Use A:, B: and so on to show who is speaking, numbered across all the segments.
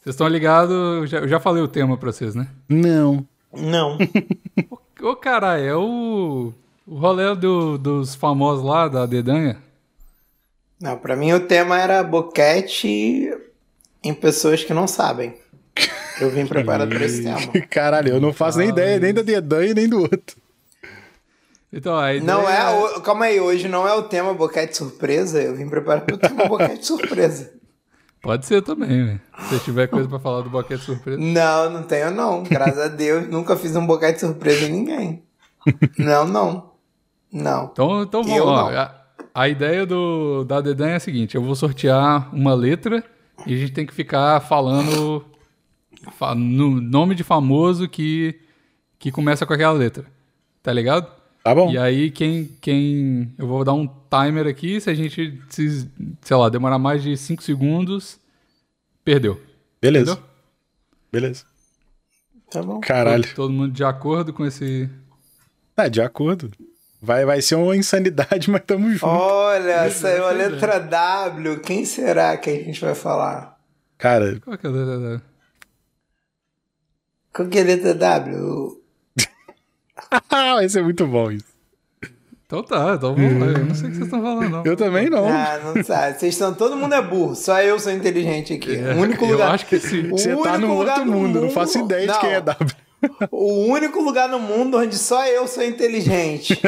A: Vocês estão ligados? Eu já, eu já falei o tema pra vocês, né?
B: Não.
C: Não.
A: Ô, caralho, é o, o rolê do- dos famosos lá, da dedanha.
C: Não, pra mim o tema era boquete em pessoas que não sabem. Eu vim preparado pra esse tema.
B: Caralho, eu não faço nem ideia nem da dedanha nem do outro.
A: Então, a ideia
C: Não é, o- calma aí, hoje não é o tema boquete surpresa, eu vim preparado pro tema boquete surpresa.
A: Pode ser também, velho. Se tiver coisa pra falar do boquete surpresa.
C: Não, não tenho não, graças a Deus, nunca fiz um boquete surpresa em ninguém. Não, não. Não.
A: Então, então vamos
C: Eu
A: lá.
C: não.
A: A, a ideia do, da Dedan é a seguinte: eu vou sortear uma letra e a gente tem que ficar falando fa- no nome de famoso que, que começa com aquela letra. Tá ligado?
B: Tá bom.
A: E aí, quem, quem. Eu vou dar um timer aqui. Se a gente, se, sei lá, demorar mais de 5 segundos, perdeu.
B: Beleza.
A: Entendeu?
B: Beleza.
C: Tá bom.
B: Caralho.
A: Todo mundo de acordo com esse.
B: Tá, de acordo. Vai, vai ser uma insanidade, mas tamo junto.
C: Olha, saiu a
A: Beleza.
C: letra W. Quem será que a gente vai falar?
B: Cara,
A: Qual que é a letra?
C: Qual que é a letra W?
B: vai ser muito bom isso.
A: Então tá, então
C: Hum.
A: vamos lá. Eu não sei o que vocês estão falando, não.
B: Eu também não.
C: Ah, não sabe. Vocês estão. Todo mundo é burro, só eu sou inteligente aqui.
A: É,
C: o único
A: eu
C: lugar.
A: acho que esse-
C: o
B: Você tá
C: único
B: num
C: lugar
B: outro
C: no
B: mundo, não faço ideia de
C: Não,
B: quem é W.
C: O único lugar no mundo onde só eu sou inteligente.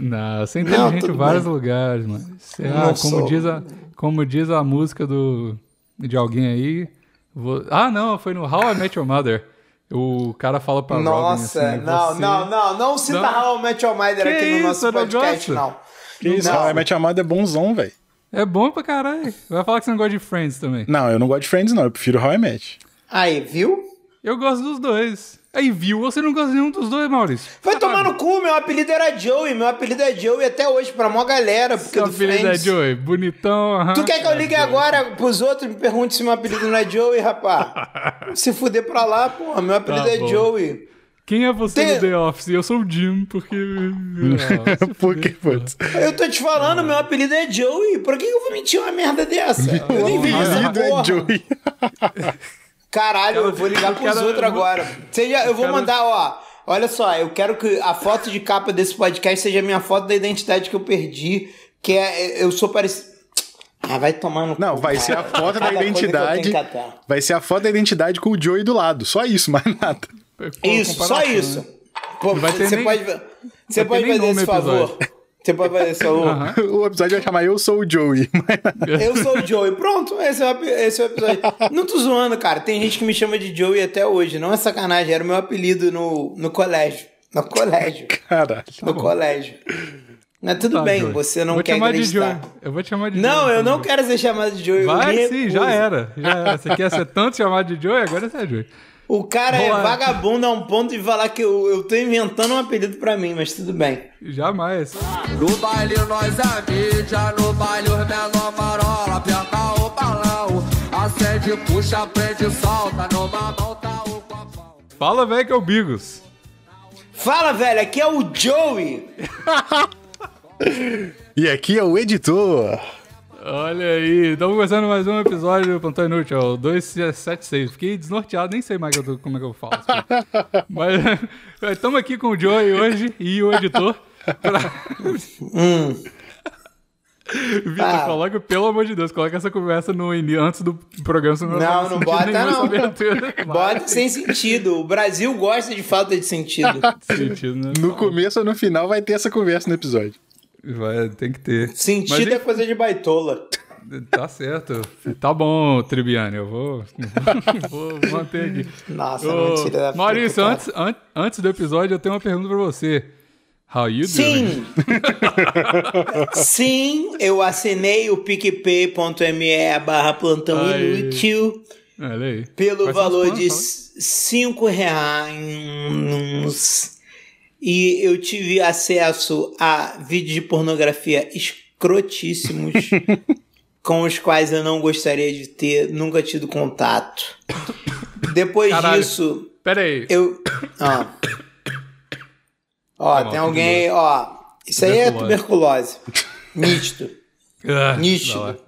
A: Não, você é inteligente
C: tudo
A: em vários
C: bem.
A: lugares, mano. Você-
C: Não
A: ah, como,
C: sou.
A: diz a, como diz a música do, de alguém aí. vo- ah, não, foi no How I Met Your Mother. O cara fala pra
C: Nossa,
A: Robin assim,
C: não,
A: você-
C: não, não, não cita
A: Não.
C: How I Met Your Mother
A: Que
C: aqui no
A: isso,
C: nosso
A: eu não
C: podcast,
A: gosto.
C: não.
B: Que isso,
C: Não.
B: How I Met Your Mother é bonzão, velho.
A: É bom pra caralho. Vai falar que você não gosta de Friends também.
B: Não, eu não gosto de Friends, não. Eu prefiro How I Met.
C: Aí, viu?
A: Eu gosto dos dois. Aí viu, você não gosta de nenhum dos dois, Maurício.
C: Vai tomar no cu, meu apelido era Joey, meu apelido é Joey até hoje, pra mó galera, porque
A: Seu
C: do
A: apelido é
C: Friends.
A: Joey, É bonitão. aham.
C: Tu quer que eu ligue agora pros outros e me pergunte se meu apelido não é Joey, rapá? Se fuder pra lá, porra, meu apelido
A: Tá
C: é
A: bom.
C: Joey.
A: Quem é você
C: Tem-
A: no The Office? Eu sou o Jim, porque... Ah, se
B: Porque,
A: fuder, porra.
B: putz.
C: Eu tô te falando,
B: Ah.
C: meu apelido é Joey. Por que eu vou mentir uma merda dessa? Eu nem vi essa
B: Lido é
C: porra.
B: Joey.
C: Caralho, eu vou ligar
A: eu
C: pros
A: quero-
C: outros
A: eu vou-
C: agora. Seja, eu vou
A: quero-
C: mandar, ó. Olha só, eu quero que a foto de capa desse podcast seja a minha foto da identidade que eu perdi, que é eu sou parecido. Ah, vai tomar no
B: Não,
C: cu,
B: vai ser a
C: cara.
B: foto da
C: Cada coisa que eu tenho
B: identidade.
C: que catar.
B: Vai ser a foto da identidade com o Joey do lado. Só isso, mais nada.
A: Com-
C: Isso, só
A: comparação,
C: isso.
A: né?
C: Pô,
A: Não vai ter
C: você
A: nem-
C: pode, você
A: ter
C: pode
A: nem
C: fazer
A: nome
C: esse
A: no episódio.
C: favor. Você pode fazer esse favor.
A: Aham.
B: O episódio vai chamar Eu Sou o Joey. Mas
C: Eu sou o Joey. Pronto, esse é, o, ep- esse é o episódio. Não tô zoando, cara. Tem gente que me chama de Joey até hoje. Não é sacanagem, era o meu apelido no, no colégio. No colégio.
B: Caralho.
C: No colégio. Mas tudo
A: Tá,
C: bem,
A: Joey.
C: você não
A: Vou te
C: quer
A: chamar de
C: acreditar.
A: Joey. Eu vou te chamar de
C: Não,
A: Joey,
C: eu não
A: então.
C: quero ser chamado de Joey. eu
A: Vai sim,
C: recuso.
A: já era. Já era. Você quer ser tanto chamado de Joey, agora você é Joey.
C: O cara é
A: Boa.
C: vagabundo a um ponto de falar que eu, eu tô inventando um apelido pra mim, mas tudo bem.
A: Jamais.
D: No baile nós é mídia, no baile os menor marola, aperta o balão, acende, puxa, prende, solta, numa mão tá o copão.
A: Fala, velho, que é o Bigos.
C: Fala, velho, aqui é o Joey.
B: E aqui é o editor.
A: Olha aí, estamos começando mais um episódio do Plantão Inútil, ó, o 276. Fiquei desnorteado, nem sei mais que eu tô- como é que eu falo. isso aqui. Mas estamos aqui com o Joey hoje e o editor. Pra... Vitor,
C: Hum. Ah.
A: coloca, pelo amor de Deus, coloca essa conversa no ini- antes do programa. senão
C: Não,
A: faz
C: não
A: sentido
C: bota,
A: nenhum essa
C: não.
A: abertura.
C: Bota sem sentido. O Brasil gosta de falta de sentido.
A: Faz sentido, né?
B: No começo ou no final vai ter essa conversa no episódio.
A: Vai, tem que ter.
C: Sentido é coisa de baitola.
A: Tá certo. Tá bom, Tribiani. Eu vou, vou manter aqui.
C: Nossa, é
A: Ô,
C: mentira da
A: Maurício,
C: puta,
A: antes, an- antes do episódio, eu tenho uma pergunta pra você. How you doing?
C: Sim! Sim, eu assinei o picpay.me barra plantão
A: Ai.
C: inútil
A: É, Olha aí. Quais
C: pelo
A: são os
C: valor
A: planos?
C: de
A: Fala.
C: 5 reais. E eu tive acesso a vídeos de pornografia escrotíssimos com os quais eu não gostaria de ter nunca tido contato. Depois
A: Caralho.
C: disso,
A: Pera aí.
C: eu. Ó. Ó,
A: mal,
C: tem alguém. Ó. Isso aí é tuberculose. Nítido.
A: Ah,
C: nítido.
A: vai lá.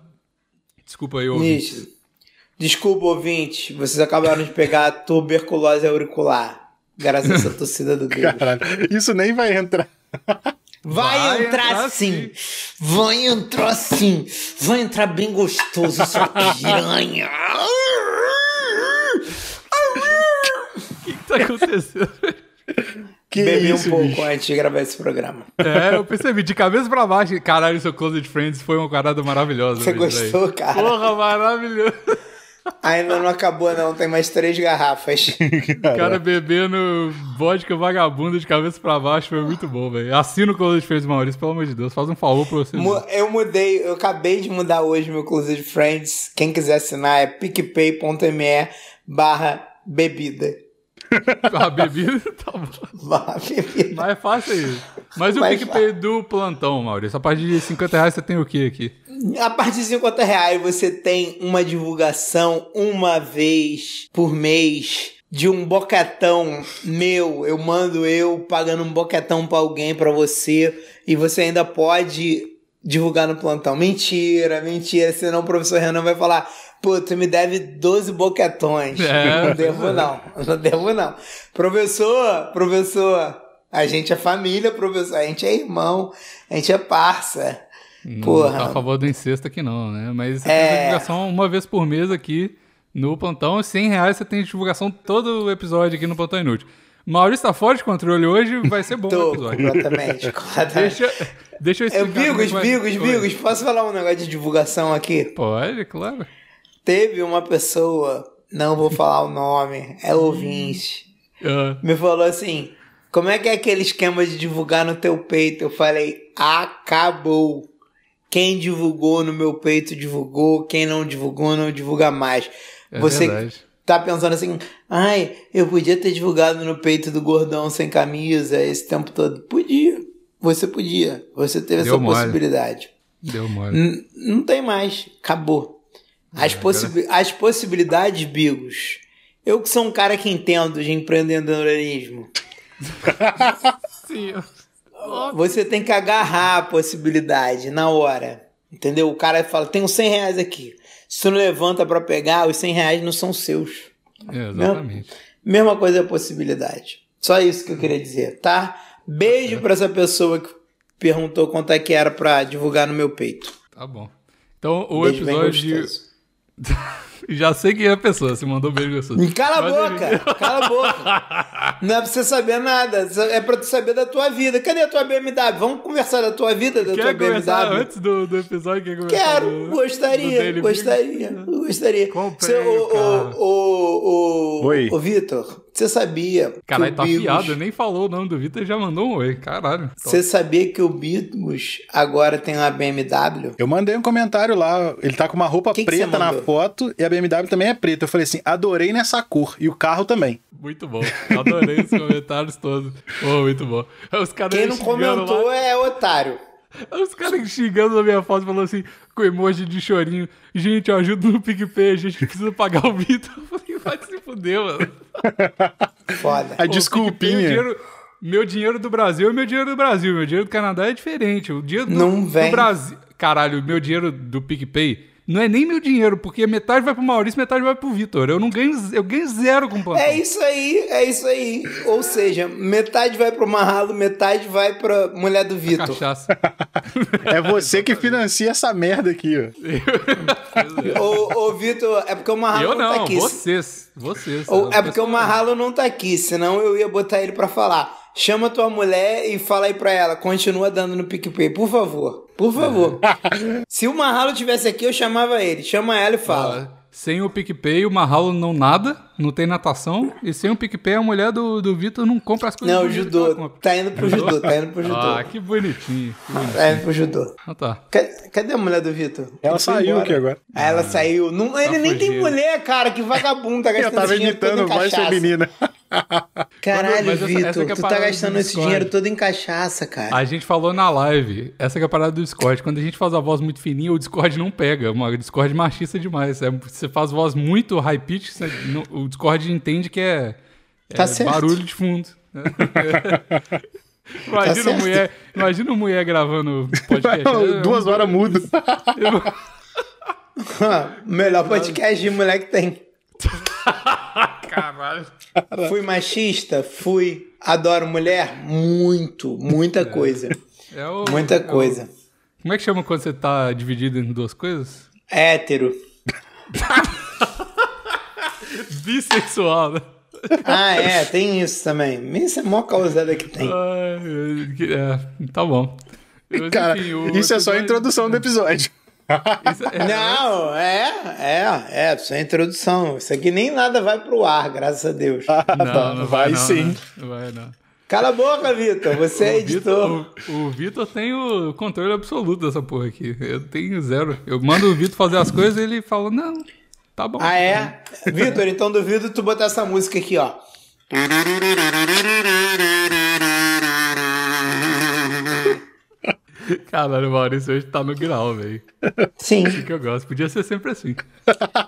A: Desculpa aí, ouvinte.
C: Nítido. Desculpa, ouvinte, vocês acabaram de pegar tuberculose auricular. Graças a essa torcida do Deus.
B: Caralho, isso nem vai entrar.
C: Vai,
A: Vai
C: entrar,
A: entrar
C: sim. Vai entrar sim. Vai entrar bem gostoso, sua piranha.
A: O que tá acontecendo?
B: Que
C: Bebi
B: isso,
C: um pouco
B: bicho?
C: antes de gravar esse programa.
A: é, eu percebi, de cabeça pra baixo. Caralho, seu Closet Friends foi uma parada maravilhosa.
C: Você
A: bicho, daí.
C: gostou, cara?
A: Porra, maravilhoso.
C: Ainda não acabou, não. Tem mais três garrafas.
A: O cara bebendo vodka vagabunda de cabeça pra baixo foi muito bom, velho. Assina o Closet Friends, Maurício, pelo amor de Deus. Faz um favor pra você.
C: Mu- Eu mudei, eu acabei de mudar hoje meu Closet Friends. Quem quiser assinar é picpay.me barra bebida.
A: A bebida tá bom.
C: Barra bebida.
A: Mas é fácil aí. Mas e o
C: Mas-
A: PicPay do plantão, Maurício? A partir de 50 reais você tem o que aqui?
C: A partir de 50 reais você tem uma divulgação uma vez por mês de um bocatão meu. Eu mando eu pagando um bocatão pra alguém, pra você. E você ainda pode divulgar no plantão. Mentira, mentira. Senão o professor Renan vai falar: pô, tu me deve 12 bocatões.
A: É.
C: Não devo não, não devo não. Professor, professor, a gente é família, professor. A gente é irmão, a gente é parça.
A: Não tá a
C: Porra,
A: favor do incesto aqui não, né? Mas você tem
C: É.
A: essa divulgação uma vez por mês aqui no plantão. E 100 reais você tem divulgação todo o episódio aqui no Plantão Inútil. Maurício tá fora de controle hoje, vai ser bom o
C: Tô,
A: um episódio.
C: completamente. completamente.
A: Deixa, deixa eu
C: É,
A: explicar. como
C: Bigos,
A: vai-
C: Bigos,
A: Oi.
C: Bigos, posso falar um negócio de divulgação aqui?
A: Pode, claro.
C: Teve uma pessoa, não vou falar o nome,
A: Hum.
C: é ouvinte,
A: Ah,
C: me falou assim: como é que é aquele esquema de divulgar no teu peito? Eu falei: acabou. Quem divulgou no meu peito divulgou, quem não divulgou não divulga mais.
A: é
C: Você
A: verdade.
C: tá pensando assim, ai, eu podia ter divulgado no peito do gordão sem camisa esse tempo todo. Podia. Você podia. Você teve
A: Deu
C: essa
A: mole.
C: possibilidade.
A: Deu mole.
C: N- não tem mais. Acabou. As,
A: É,
C: possi- as possibilidades, Bigos. Eu que sou um cara que entendo de empreendedorismo.
A: Sim.
C: Você tem que agarrar a possibilidade na hora. Entendeu? O cara fala, tenho 100 reais aqui. Se tu não levanta pra pegar, os 100 reais não são seus.
A: É, exatamente.
C: Mesma coisa é possibilidade. Só isso que eu queria dizer, tá? Beijo pra essa pessoa que perguntou quanto é que era pra divulgar no meu peito.
A: Tá bom. Então, o
C: Beijo bem
A: episódio de...
C: gostoso.
A: Já sei quem é a pessoa, se mandou beijo gostoso.
C: Cala
A: Mas
C: a
A: ele-
C: boca, cala a boca. Não é pra você saber nada, é pra tu saber da tua vida. Cadê a tua BMW? Vamos conversar da tua vida, da tua
A: Quer é começar
C: BMW.
A: antes do, do episódio? Quer começar
C: Quero,
A: do- do
C: gostaria,
A: Daily
C: gostaria,
A: Bugle?
C: gostaria.
A: Comprei,
C: Seu- ô,
A: cara.
C: ô, ô, ô,
B: Oi.
C: ô, Vitor, você sabia
A: Caralho,
C: que
A: tá
C: o Bigos-
A: afiado, nem falou o nome do Vitor e já mandou um oi. Caralho.
C: Você sabia que o Bitmus agora tem uma BMW?
B: Eu mandei um comentário lá, ele tá com uma roupa
C: Que que
B: preta
C: você
B: na
C: mandou?
B: foto e a BMW também é preta. Eu falei assim, adorei nessa cor. E o carro também.
A: Muito bom. Adorei os comentários todos. Pô, muito bom. Os caras
C: Quem não
A: xingando lá-
C: comentou é otário.
A: Os caras xingando na minha foto, falando assim, com emoji de chorinho. Gente, eu ajudo no PicPay, a gente precisa pagar o Vitor. Eu falei, vai se fuder, mano.
C: Foda.
A: Pô,
B: A
A: PicPay, o
B: desculpinha.
A: dinheiro- meu dinheiro do Brasil é meu dinheiro do Brasil. Meu dinheiro do Canadá é diferente. O dinheiro do,
C: Não vem.
A: do Brasil. Caralho, meu dinheiro do PicPay não é nem meu dinheiro, porque metade vai pro Maurício, metade vai pro Vitor. Eu não ganho, eu ganho zero com o plantão.
C: É isso aí, é isso aí. Ou seja, metade vai pro Marralo, metade vai pra mulher do Vitor.
A: Cachaça.
B: É você que financia essa merda aqui, ó.
C: Ô, ô Vitor, é porque o Marralo
A: eu
C: não tá
A: não,
C: aqui.
A: vocês. Vocês.
C: Ou é
A: As
C: porque o
A: pessoas-
C: Marralo não tá aqui, senão eu ia botar ele pra falar. Chama tua mulher e fala aí pra ela, continua dando no PicPay, por favor. Por favor. Se o Marralo tivesse aqui, eu chamava ele. Chama ela e fala.
A: Ah, Sem o PicPay, o Marralo não nada, não tem natação. E sem o PicPay, a mulher do, do Vitor não compra as coisas
C: Não, o
A: do Vitor que ela
C: judô.
A: compra.
C: Tá indo pro judô, tá indo pro judô.
A: Ah, que bonitinho. que bonitinho.
C: Tá indo pro judô.
A: Ah, tá.
C: Ca- Cadê a mulher do Vitor?
B: Ela
C: Ele foi
B: saiu
C: embora.
B: aqui agora.
C: Ah, ela saiu. Não, ele nem tem
A: Tá fugindo.
C: mulher, cara. Que vagabundo. Tá
B: Eu
C: gastando
B: tava
C: esse dinheiro todo
B: imitando
C: em
B: voz
C: cachaça.
B: feminina.
A: Mas
C: Caralho,
A: essa- essa que é
C: Vitor.
A: a
C: tu tá
A: parada do
C: gastando esse
A: Discord.
C: dinheiro todo em cachaça, cara.
A: A gente falou na live, essa que é a parada do Discord. Quando a gente faz a voz muito fininha, o Discord não pega. Uma- O Discord é machista demais. É, você faz voz muito high pitch, você não- o Discord entende que é, é
C: Tá certo. Tá
A: barulho de fundo. né? imagina,
C: certo.
A: mulher, É, imagina uma mulher gravando podcast.
B: Duas horas mudo.
C: Ah, Melhor podcast de moleque tem.
A: Caralho.
C: Fui machista? Fui. Adoro mulher? Muito, muita coisa.
A: É o, é
C: Muita
A: o-
C: coisa.
A: Como é que chama quando você tá dividido em duas coisas?
C: Hétero.
A: Bissexual, né?
C: Ah, é, tem isso também. Isso é a maior causada que tem.
A: Ah, Ai, que- é, tá bom. Mas,
B: Cara,
A: enfim, o
B: isso é só a
A: episódio-
B: introdução do episódio.
A: isso é-
C: Não, é, é, é, isso é a introdução. Isso aqui nem nada vai pro ar, graças a Deus.
A: não, não
B: Ah, tá. vai
A: não,
B: sim.
A: né? Não vai não.
C: Cala a boca, Vitor, você é editor.
A: Vitor- o o Vitor tem o controle absoluto dessa porra aqui. Eu tenho zero. Eu mando o Vitor fazer as coisas e ele fala, não, tá bom.
C: Ah, é? Vitor, então duvido tu botar essa música aqui, ó.
A: Caralho, o Maurício hoje tá no grau, velho. É
C: Sim.
A: Que eu gosto. Podia ser sempre assim.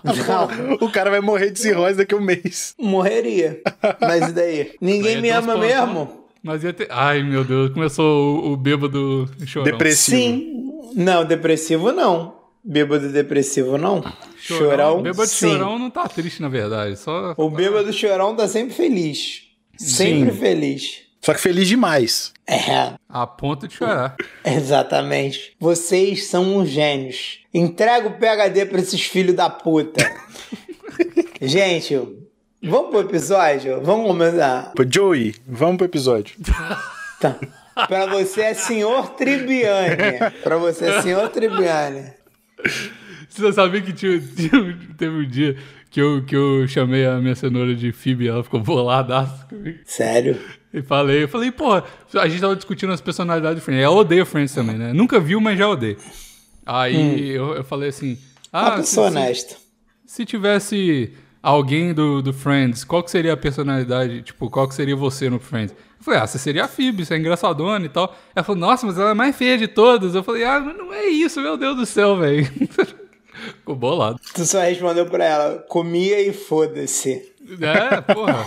C: Não,
B: O cara vai morrer de cirrose daqui a um mês.
C: morreria. Mas e daí? Ninguém
A: Mas
C: me
A: ia ter uns
C: ama
A: plantão-
C: mesmo?
A: Mas ia ter... Ai, meu Deus. Começou o, o bêbado chorão.
B: Depressivo.
C: Sim. Não, depressivo não. Bêbado depressivo não. Chorão,
A: Bêbado
C: sim.
A: chorão não tá triste, na verdade. Só...
C: O bêbado chorão tá sempre feliz. Sempre feliz.
B: Só que feliz demais.
C: É,
A: A ponto de chorar.
C: exatamente. Vocês são uns gênios. Entrega o PHD pra esses filhos da puta. Gente, vamos pro episódio? Vamos começar.
B: Pô, Joey, vamos pro episódio.
C: Tá. Pra você é senhor Tribiani. Pra você é senhor Tribiani.
A: Você já sabia que tinha, tinha- teve um dia que eu, que eu chamei a minha cenoura de Phoebe ela ficou boladaça comigo.
C: Sério?
A: E falei, eu falei, porra, a gente tava discutindo as personalidades de Friends. Ela odeia Friends também, né? Nunca viu, mas já odeia. Aí eu, eu falei assim,
C: Hum. Uma
A: ah, se,
C: pessoa
A: se-
C: honesta.
A: se tivesse alguém do, do Friends, qual que seria a personalidade, tipo, qual que seria você no Friends? Eu falei, ah, você seria a Phoebe, você é engraçadona e tal. Ela falou, nossa, mas ela é mais feia de todas. Eu falei, ah, mas não é isso, meu Deus do céu, velho. Ficou bolado.
C: Tu só respondeu pra ela, comia e foda-se.
A: É, porra.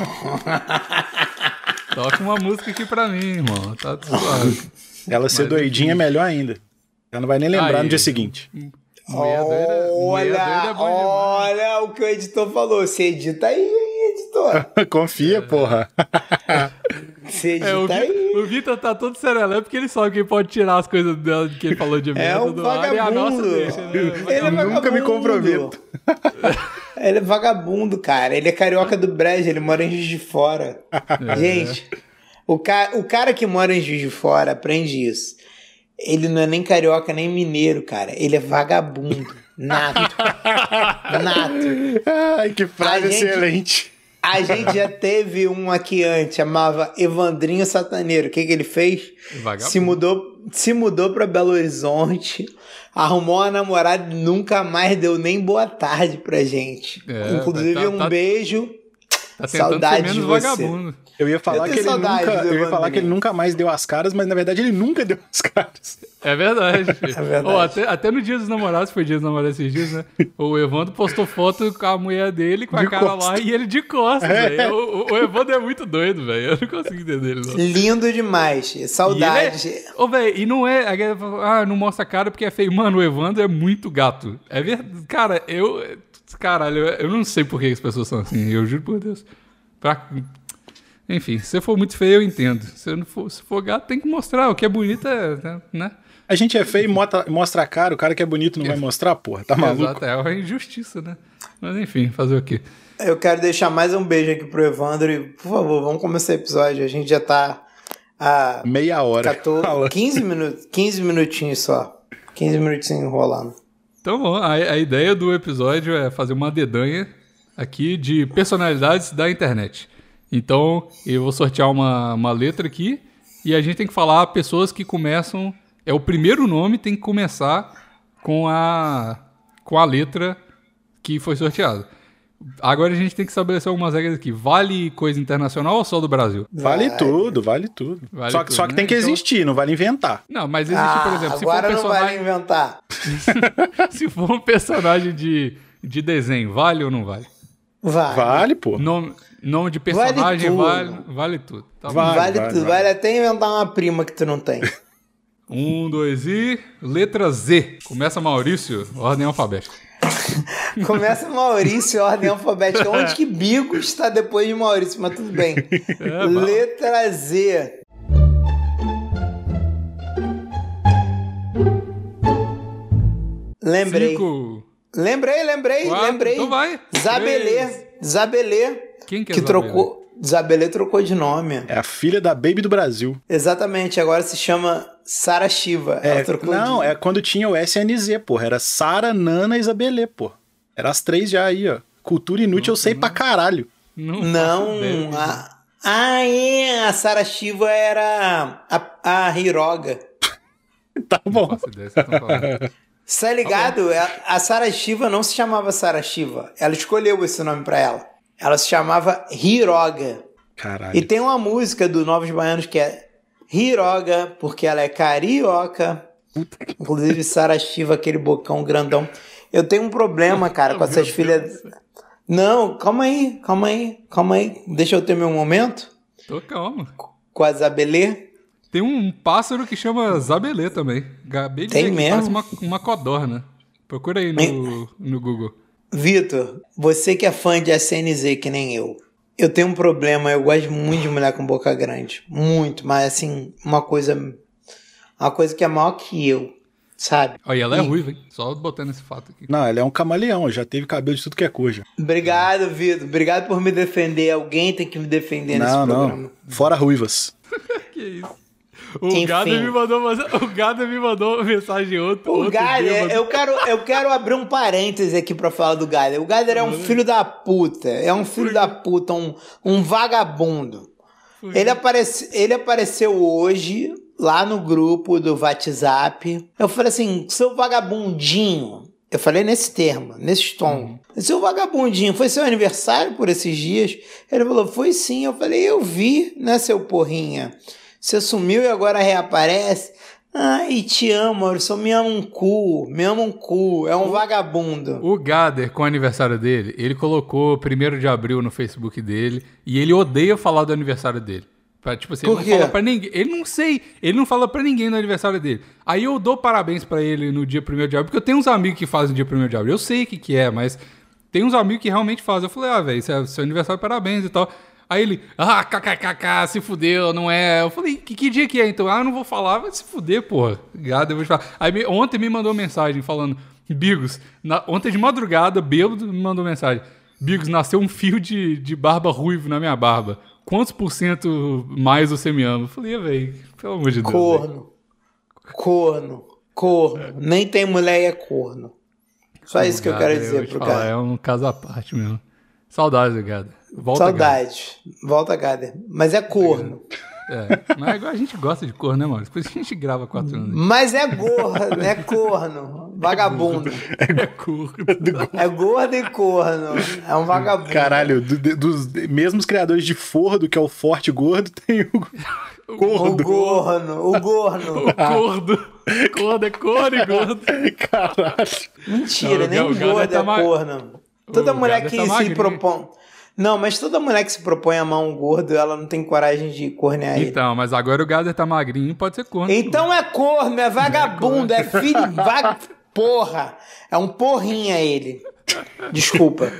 A: Toca uma música aqui pra mim, irmão. Tá suave.
B: Ela ser doidinha é melhor ainda. Ela não vai nem lembrar
A: Aí.
B: no dia seguinte.
A: Meia doida, meia doida é
C: Olha,
A: bom demais.
C: olha o que o editor falou. Você edita aí, hein, editor.
B: Confia, porra.
C: Você edita
A: É, o,
C: aí.
A: Vitor, o Vitor tá todo serelé porque ele sabe que pode tirar as coisas dela que ele falou de merda
C: É um
A: do ar e a nossa
C: vagabundo.
A: deixa, né?
C: Ele é
B: Eu nunca me
C: vagabundo.
B: comprometo.
C: ele é vagabundo, cara. Ele é carioca do Brejo, ele mora em Juiz de Fora.
A: É.
C: Gente, o, ca... o cara que mora em Juiz de Fora aprende isso. Ele não é nem carioca, nem mineiro, cara. Ele é vagabundo. Nato. Nato.
B: Ai, que frase
C: A gente-
B: excelente.
C: A gente já teve um aqui antes, chamava Evandrinho Sataneiro. O que, que ele fez?
A: Vagabundo.
C: Se mudou, se mudou pra Belo Horizonte, arrumou uma namorada e nunca mais deu nem boa tarde pra gente.
A: É,
C: Inclusive,
A: tá-
C: um
A: tá-
C: beijo.
A: Tá tentando
C: Saudade
A: ser
C: de
A: menos
C: você.
A: vagabundo.
B: Eu ia falar,
C: tenho
B: que ele,
C: saudade
B: nunca,
C: do
B: eu ia falar
C: Evandro
B: que ele
C: Menezes.
B: nunca mais deu as caras, mas na verdade ele nunca deu as caras.
A: É verdade.
C: verdade.
A: Ó, até, até no dia dos namorados, foi dia dos namorados esses dias, né? O Evandro postou foto com a mulher dele, com a
B: De
A: cara lá,
B: costas.
A: e ele de costas, velho. O, o- o Evandro é muito doido, velho. Eu não consigo entender ele, não.
C: Lindo demais. Saudade.
A: E, né? ele é- Ô, velho, e não é. a galera fala, Ah, não mostra a cara porque é feio. Mano, o Evandro é muito gato. É verdade. Cara, eu. Caralho, eu- eu não sei por que as pessoas são assim. Eu juro por Deus. Pra- Enfim, se eu for muito feio, eu entendo. Se eu não for, se for gato, tem que mostrar. O que é bonito é. né, Né?
B: A gente é feio e mota- mostra a cara, o cara que é bonito não vai mostrar, porra. Tá maluco?
A: Exato, é uma injustiça, né? Mas enfim, fazer o quê?
C: Eu quero deixar mais um beijo aqui pro Evandro. E, por favor, vamos começar o episódio. A gente já tá há
B: Meia hora.
C: 14,
B: Fala.
C: 15, minutos, 15 minutinhos só. 15 minutinhos rolando.
A: Então, bom, a, a ideia do episódio é fazer uma dedanha aqui de personalidades da internet. Então, eu vou sortear uma, uma letra aqui e a gente tem que falar pessoas que começam. É o primeiro nome, tem que começar com a, com a letra que foi sorteada. Agora a gente tem que estabelecer algumas regras aqui. Vale coisa internacional ou só do Brasil?
B: Vale
C: Vai.
B: tudo, vale tudo.
A: Vale
B: só, que-
A: tudo,
B: só que
A: né?
B: tem que
A: Então-
B: existir, não vale inventar.
A: Não, mas existe,
C: Ah,
A: por exemplo, se for um
C: agora não
A: personagem.
C: vai inventar.
A: Se for um personagem de, de desenho, vale ou não vale?
C: Vai.
B: Vale, pô.
A: Nome, nome de personagem
C: tudo.
A: vale, vale, tudo. Tá bom.
B: Vale,
C: Vale,
B: vale,
C: tudo.
B: vale.
C: Vale até inventar uma prima que tu não tem.
A: Um, dois e. Letra Z. Começa Maurício, ordem alfabética.
C: Começa Maurício, ordem alfabética. Onde que Bigo está depois de Maurício? Mas tudo bem.
A: É,
C: Letra Z. Lembrei.
A: Cinco.
C: Lembrei, lembrei,
A: Quatro.
C: lembrei.
A: Então vai. Três.
C: Zabelê. Zabelê.
A: Quem que é
C: que
A: Zabelê?
C: trocou. Zabelê trocou de nome.
B: É a filha da Baby do Brasil.
C: Exatamente, agora se chama Sara Shiva.
B: É,
C: Ela trocou
B: não,
C: de...
B: é quando tinha o SNZ, porra. Era Sara, Nana e Isabelê, porra. Era as três já aí, ó. Cultura inútil eu sei pra caralho.
A: Não. faço ideia.
C: Não. A... Ah, é. A Sara Shiva era a, a Hiroga.
B: Tá
A: Não
B: bom.
A: faço ideia do que vocês estão falando.
C: Você Tá ligado? A- A Sara Shiva não se chamava Sara Shiva. Ela escolheu esse nome pra ela. Ela se chamava Hiroga.
B: Caralho.
C: E tem uma música do Novos Baianos que é Hiroga, porque ela é carioca. Inclusive, Sara Shiva, aquele bocão grandão. Eu tenho um problema, cara, com essas filhas. Não, calma aí, calma aí, calma aí. Deixa eu ter meu momento
A: Tô calma.
C: com a Zabelê.
A: Tem um pássaro que chama Zabelê também. Acabei de
C: Tem
A: ver que
C: mesmo?
A: parece uma, uma codorna. Procura aí no, no Google.
C: Vitor, você que é fã de SNZ que nem eu, eu tenho um problema, eu gosto muito de mulher com boca grande. Muito, mas assim, uma coisa. Uma coisa que é maior que eu, sabe?
A: Olha, ela é ruiva, hein? Só botando esse fato aqui.
B: Não, ele é um camaleão, já teve cabelo de tudo que é cor já.
C: Obrigado, Vitor. Obrigado por me defender. Alguém tem que me defender
B: Não,
C: nesse programa.
B: não. Fora ruivas.
A: Que isso? O
C: Enfim.
A: Gado me mandou, uma- o Gado me mandou mensagem outro.
C: O é-
A: outro dia,
C: Gader,
A: mandou-
C: eu quero, eu quero abrir um parêntese aqui pra falar do Gader. O Gader é um filho da puta. É um filho da puta, um, um vagabundo. Ele, aparece, ele apareceu hoje lá no grupo do WhatsApp. Eu falei assim, seu vagabundinho. Eu falei nesse termo, nesse tom. Seu vagabundinho, foi seu aniversário por esses dias? Ele falou, foi sim. Eu falei, eu vi, né, seu porrinha? Você sumiu e agora reaparece? Ai, te amo, Maurício. Me ama um cu. Me ama um cu. É um vagabundo.
A: O Gader, com o aniversário dele, ele colocou 1 de abril no Facebook dele e ele odeia falar do aniversário dele. Pra, tipo assim, ele
C: Por
A: não
C: quê?
A: fala pra ninguém. Ele não sei, ele não fala pra ninguém do aniversário dele. Aí eu dou parabéns pra ele no dia 1 de abril, porque eu tenho uns amigos que fazem dia 1 de abril. Eu sei o que, que é, mas tem uns amigos que realmente fazem. Eu falei, ah, velho, isso é seu aniversário, parabéns e tal. Aí ele, ah, kkkk, se fudeu, não é. Eu falei, que, que dia que é então? Ah, eu não vou falar, vai se fuder, porra. Gado, eu vou te falar. Aí me- ontem me mandou mensagem falando, Bigos, na- ontem de madrugada, bêbado, me mandou mensagem. Bigos, nasceu um fio de, de barba ruivo na minha barba. Quantos por cento mais você me ama? Eu falei, velho, pelo amor de Deus. véi.
C: Corno. Corno. Corno. Nem tem mulher e é corno. Só É isso que eu
A: Gado,
C: quero
A: vou
C: dizer
A: te
C: pro
A: falar,
C: cara.
A: É um caso à parte mesmo. Saudades, Gado. Volta,
C: Saudade. Volta, Gader. Mas é corno.
A: Gado. É, mas agora a gente gosta de cor, né, mano? Depois a gente grava quatro anos.
C: Mas é gordo, é corno. Vagabundo.
A: É curto.
C: É gordo e corno. É um vagabundo.
B: Caralho, do- de- dos mesmos criadores de Fordo, que é o Forte Gordo, tem o
C: O
B: Gordo.
C: gorno, o gorno.
A: O cordo. Cordo é cor e gordo.
B: Caralho.
C: Mentira,
A: Não,
C: nem
A: o
C: gordo
A: Gader tá
C: é
A: ma-
C: corno. Toda
A: O
C: mulher
A: Gader
C: que
A: tá
C: se
A: magrinho.
C: propõe. Não, mas toda mulher que se propõe a amar um gordo, ela não tem coragem de cornear ele.
A: Então, mas agora o Gader tá magrinho, pode ser corno.
C: Então é corno, é vagabundo, é filho. Vaga... Porra! É um porrinha ele. Desculpa.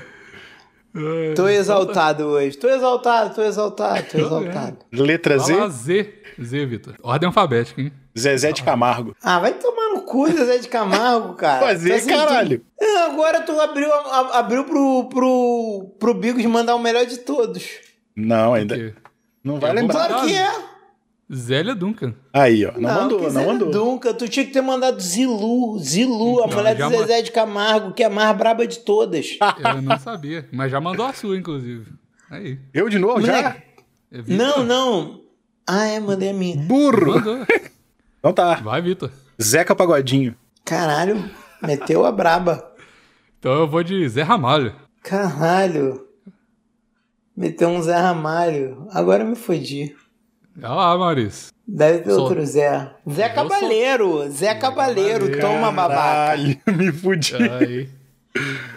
A: É.
C: Tô exaltado hoje. Tô exaltado, tô exaltado, tô exaltado.
B: Letra
A: Vai lá,
B: Z,
A: Z. Z, Vitor. Ordem alfabética, hein?
B: Zezé de Camargo.
C: Ah, vai tomar no cu, Zezé de Camargo, cara.
B: Fazer,
C: Tá sentindo-
B: caralho.
C: Ah, agora tu abriu, a- a- abriu pro, pro, pro Bigos mandar o melhor de todos.
B: Não, ainda.
A: Porque
B: Não vai
A: Eu vou
B: lembrar.
A: mandar-
C: Claro que é.
A: Zélia Duncan.
B: Aí, ó. Não é mandou,
C: que
B: não
C: Zé
B: mandou.
C: Dunca, tu tinha que ter mandado Zilu, Zilu, a
A: Não,
C: mulher do
A: já
C: Zezé de Camargo, que é a mais braba de todas.
A: Eu não sabia. Mas já mandou a sua, inclusive. Aí.
B: Eu de novo já?
C: Moleque,
A: É Vitor.
C: Não, não. Ah, é, mandei a minha.
B: Burro.
A: Mandou.
B: Então tá.
A: Vai, Vitor.
B: Zeca Pagodinho.
C: Caralho, meteu a braba.
A: Então eu vou de Zé Ramalho.
C: Caralho. Meteu um Zé Ramalho. Agora eu me fodi.
A: Olha lá, Maurício.
C: Deve ter
A: Sou-
C: outro Zé. Zé
A: sou-
C: Cabaleiro. Zé Cabaleiro, toma babaca.
B: Caralho, me fudi.
A: Aí.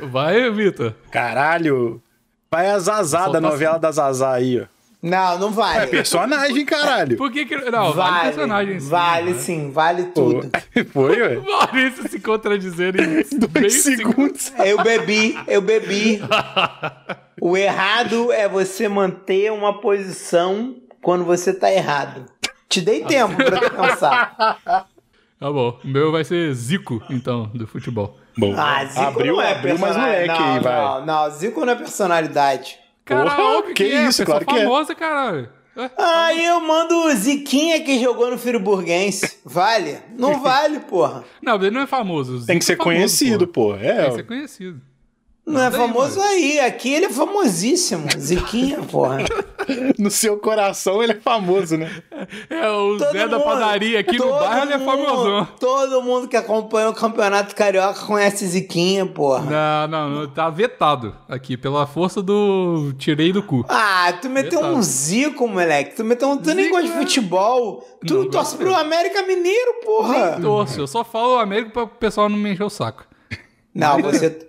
A: Vai, Vitor.
B: Caralho. Vai a Zazá
A: Solta
B: tá assim. da novela da Zazá aí, ó.
C: Não, não
B: É
C: vale.
B: personagem, caralho.
A: Por que que... Não, vale,
C: vale,
A: personagem sim.
C: vale
A: né?
C: sim, vale tudo.
B: Foi, ué.
A: Maurício se contradizendo em meio
B: Dois segundos.
C: Eu bebi, eu bebi. O errado é você manter uma posição quando você tá errado. Te dei
A: Ah.
C: tempo pra pensar.
A: Tá bom. O meu vai ser Zico, então, do futebol.
B: Bom,
A: Né?
C: Ah, Zico
B: abriu,
C: não é
B: abriu,
A: um
B: mas não é
C: personalidade.
B: que aí, vai.
C: não, não, Zico não é personalidade.
A: Cara,
B: Porra,
A: óbvio que,
B: que
A: é,
B: isso,
A: pessoa
B: claro que é.
A: famosa, caralho. É.
C: Aí eu mando o Ziquinha que jogou no Friburguense. Vale? Não vale, porra.
A: Não, ele não é famoso. o Zico
B: Tem que
A: é
B: ser
A: famoso,
B: conhecido,
A: porra.
B: Tá pô. É,
A: Tem que ser conhecido.
C: Não é
A: Manda aí,
C: famoso
A: mano.
C: aí. Aqui ele é famosíssimo. Ziquinha, porra.
B: no seu coração ele é famoso, né?
A: É, o Zé da padaria aqui no
C: todo
A: bairro, ele é
C: mundo-
A: famosão.
C: Todo mundo que acompanha o Campeonato Carioca conhece Ziquinha, porra.
A: Não, não, não, tá vetado aqui, pela força do tirei do cu.
C: Ah, tu meteu
A: Verdade.
C: um Zico, moleque. Tu meteu um. Tu nem
A: Zico
C: gosta de
A: é-
C: futebol. Tu
A: Não
C: torce
A: gosto.
C: pro América Mineiro, porra.
A: Torço, eu só falo o Américo pra o pessoal não me encher o saco.
C: Não, você.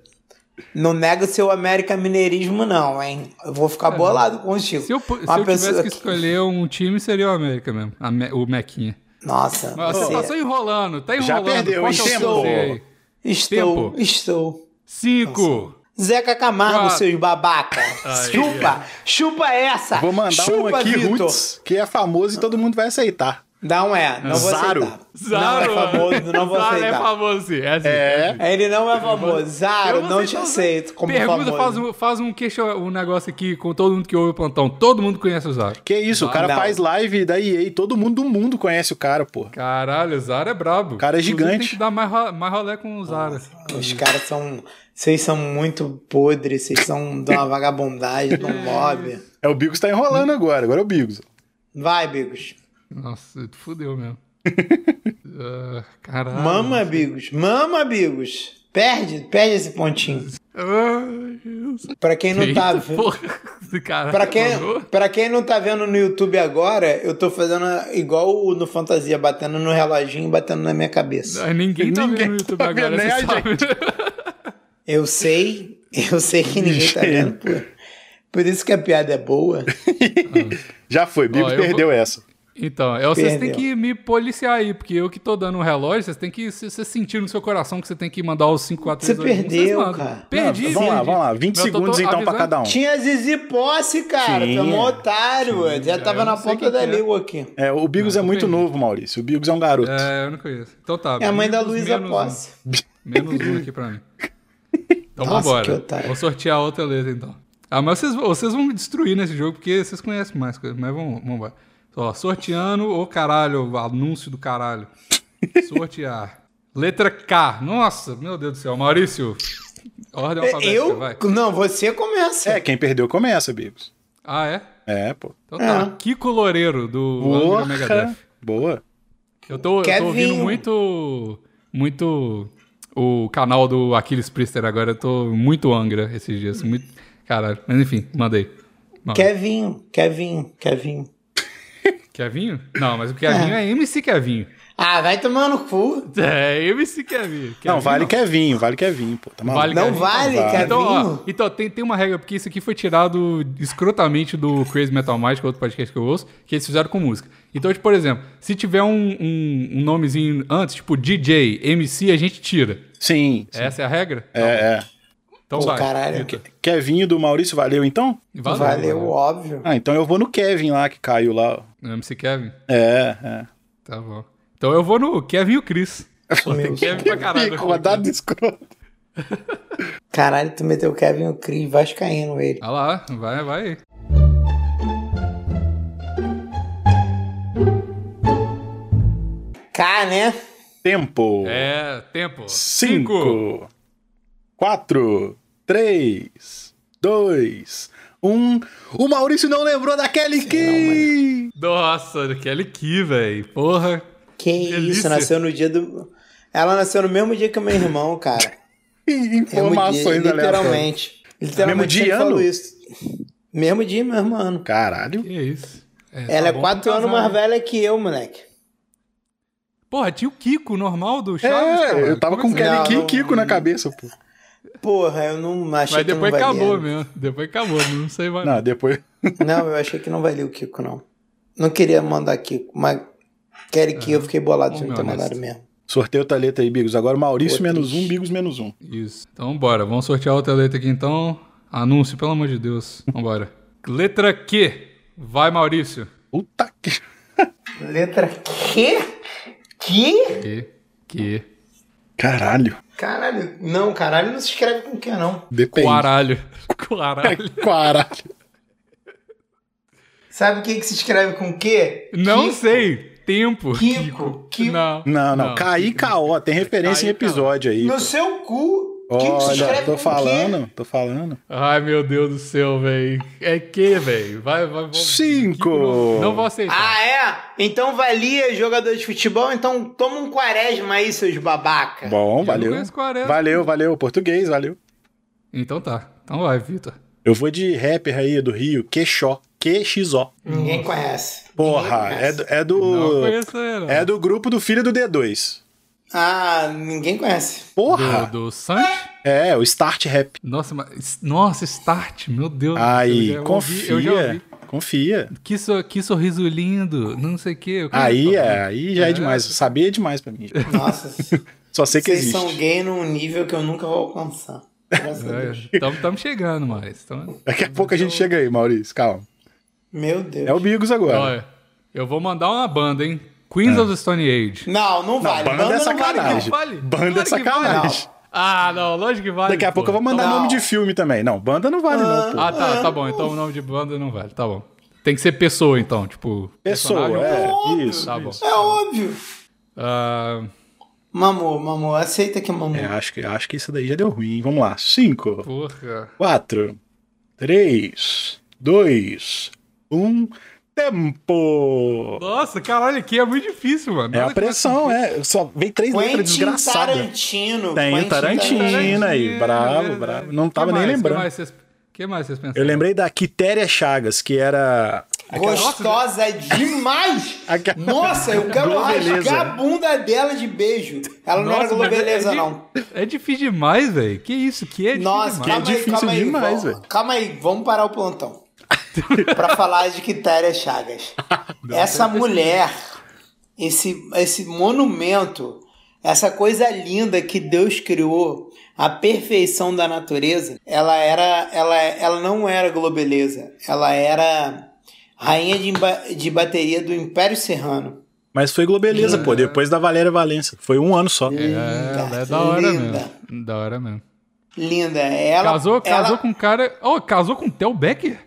C: Não nega o seu América Mineirismo, não, hein? Eu vou ficar bolado contigo.
A: É. Se eu, pu- se
C: Uma
A: eu tivesse
C: pessoa
A: que escolher um time, seria o América mesmo, a Me- o Mequinha.
C: Nossa,
A: Mas você
C: você.
A: tá só enrolando, tá enrolando.
B: Já perdeu,
A: Qual que é o
B: hein,
A: seu
B: tempo?
A: aí?
C: Estou,
A: Tempo.
C: estou.
A: Cinco.
C: Zeca Camargo,
A: Quatro.
C: seus babaca.
A: Aí,
C: chupa, chupa essa.
B: Vou mandar
C: chupa,
B: um aqui,
C: Vitor.
B: Roots, que é famoso e todo mundo vai aceitar.
C: Não é, não vou
B: Ah. Zaro.
C: aceitar.
A: Zaro.
C: Não é famoso, não vou
A: Zaro é
C: aceitar.
A: famoso, sim. É, sim,
B: É.
A: sim.
C: Ele não é famoso. Zaro,
A: Eu
C: não,
A: sei
C: te
A: se eu-
C: aceito como
A: Pergunta,
C: famoso.
A: faz um, faz um, queixo, um negócio aqui com todo mundo que ouve o plantão. Todo mundo conhece o Zaro.
B: Que isso, o cara
C: Não.
B: faz live da EA, todo mundo do mundo conhece o cara, pô.
A: Caralho, o Zara é brabo. O
B: cara é
A: Tem
B: gigante.
A: que dar mais, ro- mais rolê com o Zara.
C: Os caras são... Vocês são muito podres, vocês são de uma vagabundagem, de um lobby.
B: É o Bigos tá enrolando agora, agora é o Bigos.
C: Vai, Bigos.
A: Nossa, tu fudeu mesmo. Ah, caralho.
C: Mama, Bigos. Mama, Bigos. Perde, perde esse pontinho.
A: Ai, Deus.
C: Pra quem não tá...
A: Eita, Ah, porra. Caralho,
C: Pra quem, é-
A: mandou?
C: pra quem não tá vendo no YouTube agora, eu tô fazendo igual o no Fantasia, batendo no reloginho e batendo na minha cabeça.
A: Ah, Ninguém tá
B: Ninguém
A: vendo no YouTube
B: tá
A: agora,
B: vendo,
A: você
B: nem a
A: sabe.
C: Eu sei, eu sei que ninguém tá vendo. Por, por isso que a piada é boa.
B: Já foi, Bigos
A: Ó, eu
B: perdeu essa.
A: Então, é, vocês têm
C: Perdeu.
A: que me policiar aí, porque eu que tô dando um relógio, vocês têm que se- você sentir no seu coração que você tem que mandar os 5, 4, 3,
C: Você
A: 2, 1,
C: perdeu, cara.
A: Perdi,
B: Não, vamos lá,
A: perdi.
B: vamos lá, 20
A: Mas eu tô-
B: segundos
A: tô
B: então pra
A: avisando-
B: cada um.
C: Tinha Zizi Posse, cara. Tu é um
B: Tinha.
C: otário, ué. já tava
A: eu
C: na
A: não sei
C: ponta
A: quem
C: da
A: que é.
C: língua aqui.
B: É, o Bigos é muito
A: perdi.
B: novo, Maurício. O Bigos é um garoto.
A: É, eu não conheço. Então tá.
C: É a mãe da
A: menos-
C: Luísa
A: menos um.
C: Posse.
A: Menos um aqui pra mim. Então
C: Nossa, que
A: vambora.
C: otário.
A: Vou sortear outra letra então. Ah, mas vocês, vocês vão me destruir nesse jogo, porque vocês conhecem mais coisas, mas vamos, vamos embora. Ó, sorteando, ô caralho, anúncio do caralho. Sortear. Letra K. Nossa, meu Deus do céu. Maurício, ordem alfabética,
C: É, Eu?
A: Então vai.
C: Não, você começa.
B: É, quem perdeu começa, Bigos.
A: Ah, é?
B: É, pô.
A: Então tá.
C: É.
A: Kiko Loureiro, do Angra Megadeth.
B: Porra. Boa.
A: Eu tô, eu tô
C: Kevinho.
A: ouvindo muito, muito o canal do Aquiles Priester agora. Eu tô muito Angra esses dias. Muito... Caralho. Mas enfim, mandei. Não.
C: Kevinho, Kevinho, Kevinho.
A: Kevinho? Não, mas o Kevinho é, MC Kevinho.
C: Ah, vai tomar no cu.
A: É MC Kevinho. Kevinho
B: Não, vale Kevinho, vale Kevinho, pô. Tá maluco.
A: Vale
C: Não
A: Kevinho,
C: vale,
B: não vale.
C: Kevinho.
A: Então, ó, então tem, tem uma regra, porque isso aqui foi tirado escrotamente do Crazy Metal Mind, que é outro podcast que eu ouço, que eles fizeram com música. Então, tipo, por exemplo, se tiver um, um- um nomezinho antes, tipo DJ, MC, a gente tira.
B: Sim.
A: Essa é a regra?
B: É, é.
A: Então
C: Pô,
A: vai.
C: caralho.
A: Eita.
B: Kevinho do Maurício, valeu então?
A: Valeu.
C: Valeu, óbvio.
B: Ah, então eu vou no Kevin lá que caiu lá. ó.
A: No MC Kevin?
B: É, é.
A: Tá bom. Então eu vou no Kevin e o Chris.
C: Meu
A: Kevin pra caralho.
B: Ih, rodada escrota.
C: Caralho, tu meteu o Kevin e o Cris, vascaíno ele.
A: Olha lá, vai, vai.
C: Cá, né?
B: Tempo.
A: É, tempo.
B: 5, 4, 3, 2, 1. O Maurício não lembrou da Kelly Key!
A: Nossa, Kelly Key, velho. Porra.
C: Que
A: Delícia.
C: isso, nasceu no dia do. Ela nasceu no mesmo dia que o meu irmão, cara. Mesmo
B: Informações
C: dia,
B: aleatórias.
C: É literalmente. Literalmente.
B: Mesmo dia,
C: sempre
B: ano?
C: falo Isso. Mesmo dia, mesmo ano.
B: Caralho.
A: Que é isso.
C: Ela
A: tá
C: é
A: bom
C: quatro
A: pra
C: anos
A: casar,
C: mais
A: né?
C: velha que eu, moleque.
A: Porra, tinha o Kiko normal do Chaves,
B: É,
A: cara.
B: eu tava
A: Como
B: com
A: é que
B: Kelly
C: Não, é.
B: Key e
C: não-
B: Kiko na cabeça, pô.
C: Porra, eu não achei
A: Mas
C: que
A: depois
C: não valia.
A: acabou mesmo. Depois acabou, não sei mais.
B: Não, depois.
C: Não, eu achei que não valia o Kiko, não. Não queria mandar Kiko, mas querem
A: É.
C: que eu fiquei bolado de
A: Vamos
C: não
A: ser
C: ter
A: honestos.
C: mandado mesmo.
B: Sorteio o taleta aí, Bigos. Agora Maurício
C: Pô,
B: menos
C: triste.
B: um, Bigos menos um.
A: Isso. Então bora, vamos sortear outra letra aqui então. Anúncio, pelo amor de Deus. Vambora. Letra Q. Vai, Maurício.
B: Puta que.
C: Letra Q? Que?
A: Q. Q.
B: Caralho.
C: Caralho. Não, caralho não se escreve com Q, não.
B: Depende.
A: Quaralho. Quaralho.
B: Quaralho.
C: Sabe o que, que se escreve com Q?
A: Não
C: Kiko.
A: sei. Tempo.
C: Kiko. Kiko.
A: Não.
B: Não, não. Caí K.O. Tem referência
A: Caí,
B: em
A: K.O.
B: episódio aí.
C: No seu cu. O que, que se
B: Olha,
C: escreve
B: tô
C: com Q?
B: falando, tô falando.
A: Ai, meu Deus do céu, velho. É Q, velho. Vai, vai, vai.
B: Cinco.
A: Não, não vou aceitar.
C: Ah, é? Então valia jogador de futebol? Então toma um quaresma aí, seus
A: É.
C: babaca.
B: Bom, valeu.
A: conheço quarenta.
B: Valeu, valeu. Português, valeu.
A: Então tá. Então vai, Vitor.
B: Eu vou de rapper aí do Rio, Queixó. QXO.
C: Ninguém conhece.
B: Porra,
C: Ninguém
B: é
C: conhece.
B: do, é
A: Não
B: do.
A: conheço ele.
B: É do grupo do filho do D2.
C: Ah, ninguém conhece.
B: Porra!
A: Do, do Sancho?
B: É, o Start Rap.
A: Nossa, mas, nossa, Start, meu Deus. do céu,
B: Aí,
A: eu já ouvi-
B: confia.
A: eu já ouvi.
B: Confia.
A: Que, so- que sorriso lindo, não sei o que.
B: Aí é, aí já é demais. Saber é demais pra mim.
C: Nossa,
B: Só sei que
C: vocês são
B: existe.
C: gay num nível que eu nunca vou alcançar. Graças
A: É.
C: a Deus.
A: Estamos chegando mais. Tamo...
B: Daqui a pouco a gente chega aí, Maurício. Calma.
C: Meu Deus.
B: É o Bigos agora.
A: Olha, eu vou mandar uma banda, hein?
B: É.
A: Queens of the Stone Age.
C: Não, não vale.
B: banda é
C: não
B: sacanagem.
C: Vale,
A: Vale?
B: Banda é
A: Claro que
B: sacanagem.
A: vale. Ah, não, lógico que vale.
B: Daqui a
A: pô.
B: pouco eu vou mandar
C: Não.
B: nome de filme também. Não, banda não vale, não, pô.
A: Ah, tá, tá bom. Então o nome de banda não vale. Tá bom. Tem que ser pessoa, então. Tipo,
B: Pessoa,
A: personagem.
B: é. Isso.
A: Tá bom.
C: não. É óbvio.
A: Ah,
C: Mamô, mamô, aceita que mamô.
B: É, acho que, acho que isso daí já deu ruim. hein? Vamos lá. Cinco.
A: porra.
B: 4, 3, 2, 1, tempo!
A: Nossa, caralho, aqui é muito difícil, mano.
B: É a
A: Olha que-
B: pressão, é. Só vem três letras
C: Quentin
B: desgraçadas.
C: Tarantino.
B: Tem
C: Quentin
B: o Tarantino é aí. Bravo,
A: É,
B: bravo.
A: é.
B: Não
A: Que
B: tava nem
A: mais? Que
B: lembrando.
A: mais vocês, que mais vocês pensaram?
B: Eu lembrei da Quitéria Chagas, que era.
C: Gostosa demais!
B: Aquela-
C: Nossa, eu quero
B: Globeleza.
C: rasgar a bunda dela de beijo. Ela não era
A: Nossa, mas
C: globeleza,
A: é di-
C: não.
A: É difícil demais, velho. Que isso? Que é difícil
C: Nossa,
A: demais.
C: calma aí,
B: difícil
C: calma aí.
B: demais,
C: vamos,
B: velho.
C: calma aí, vamos parar o plantão. pra falar de Quitéria Chagas. Essa mulher, esse, esse monumento, essa coisa linda que Deus criou, a perfeição da natureza, ela era. Ela, ela não era globeleza. Ela era rainha de, emba- de bateria do Império Serrano.
B: Mas foi Globeleza, pô, depois da Valéria Valença. Foi um ano só.
A: É, ela é da hora
C: linda.
A: mesmo. Da hora mesmo.
C: Linda. Ela,
A: casou, casou
C: ela-
A: com um cara. Oh, casou com o Theo Becker?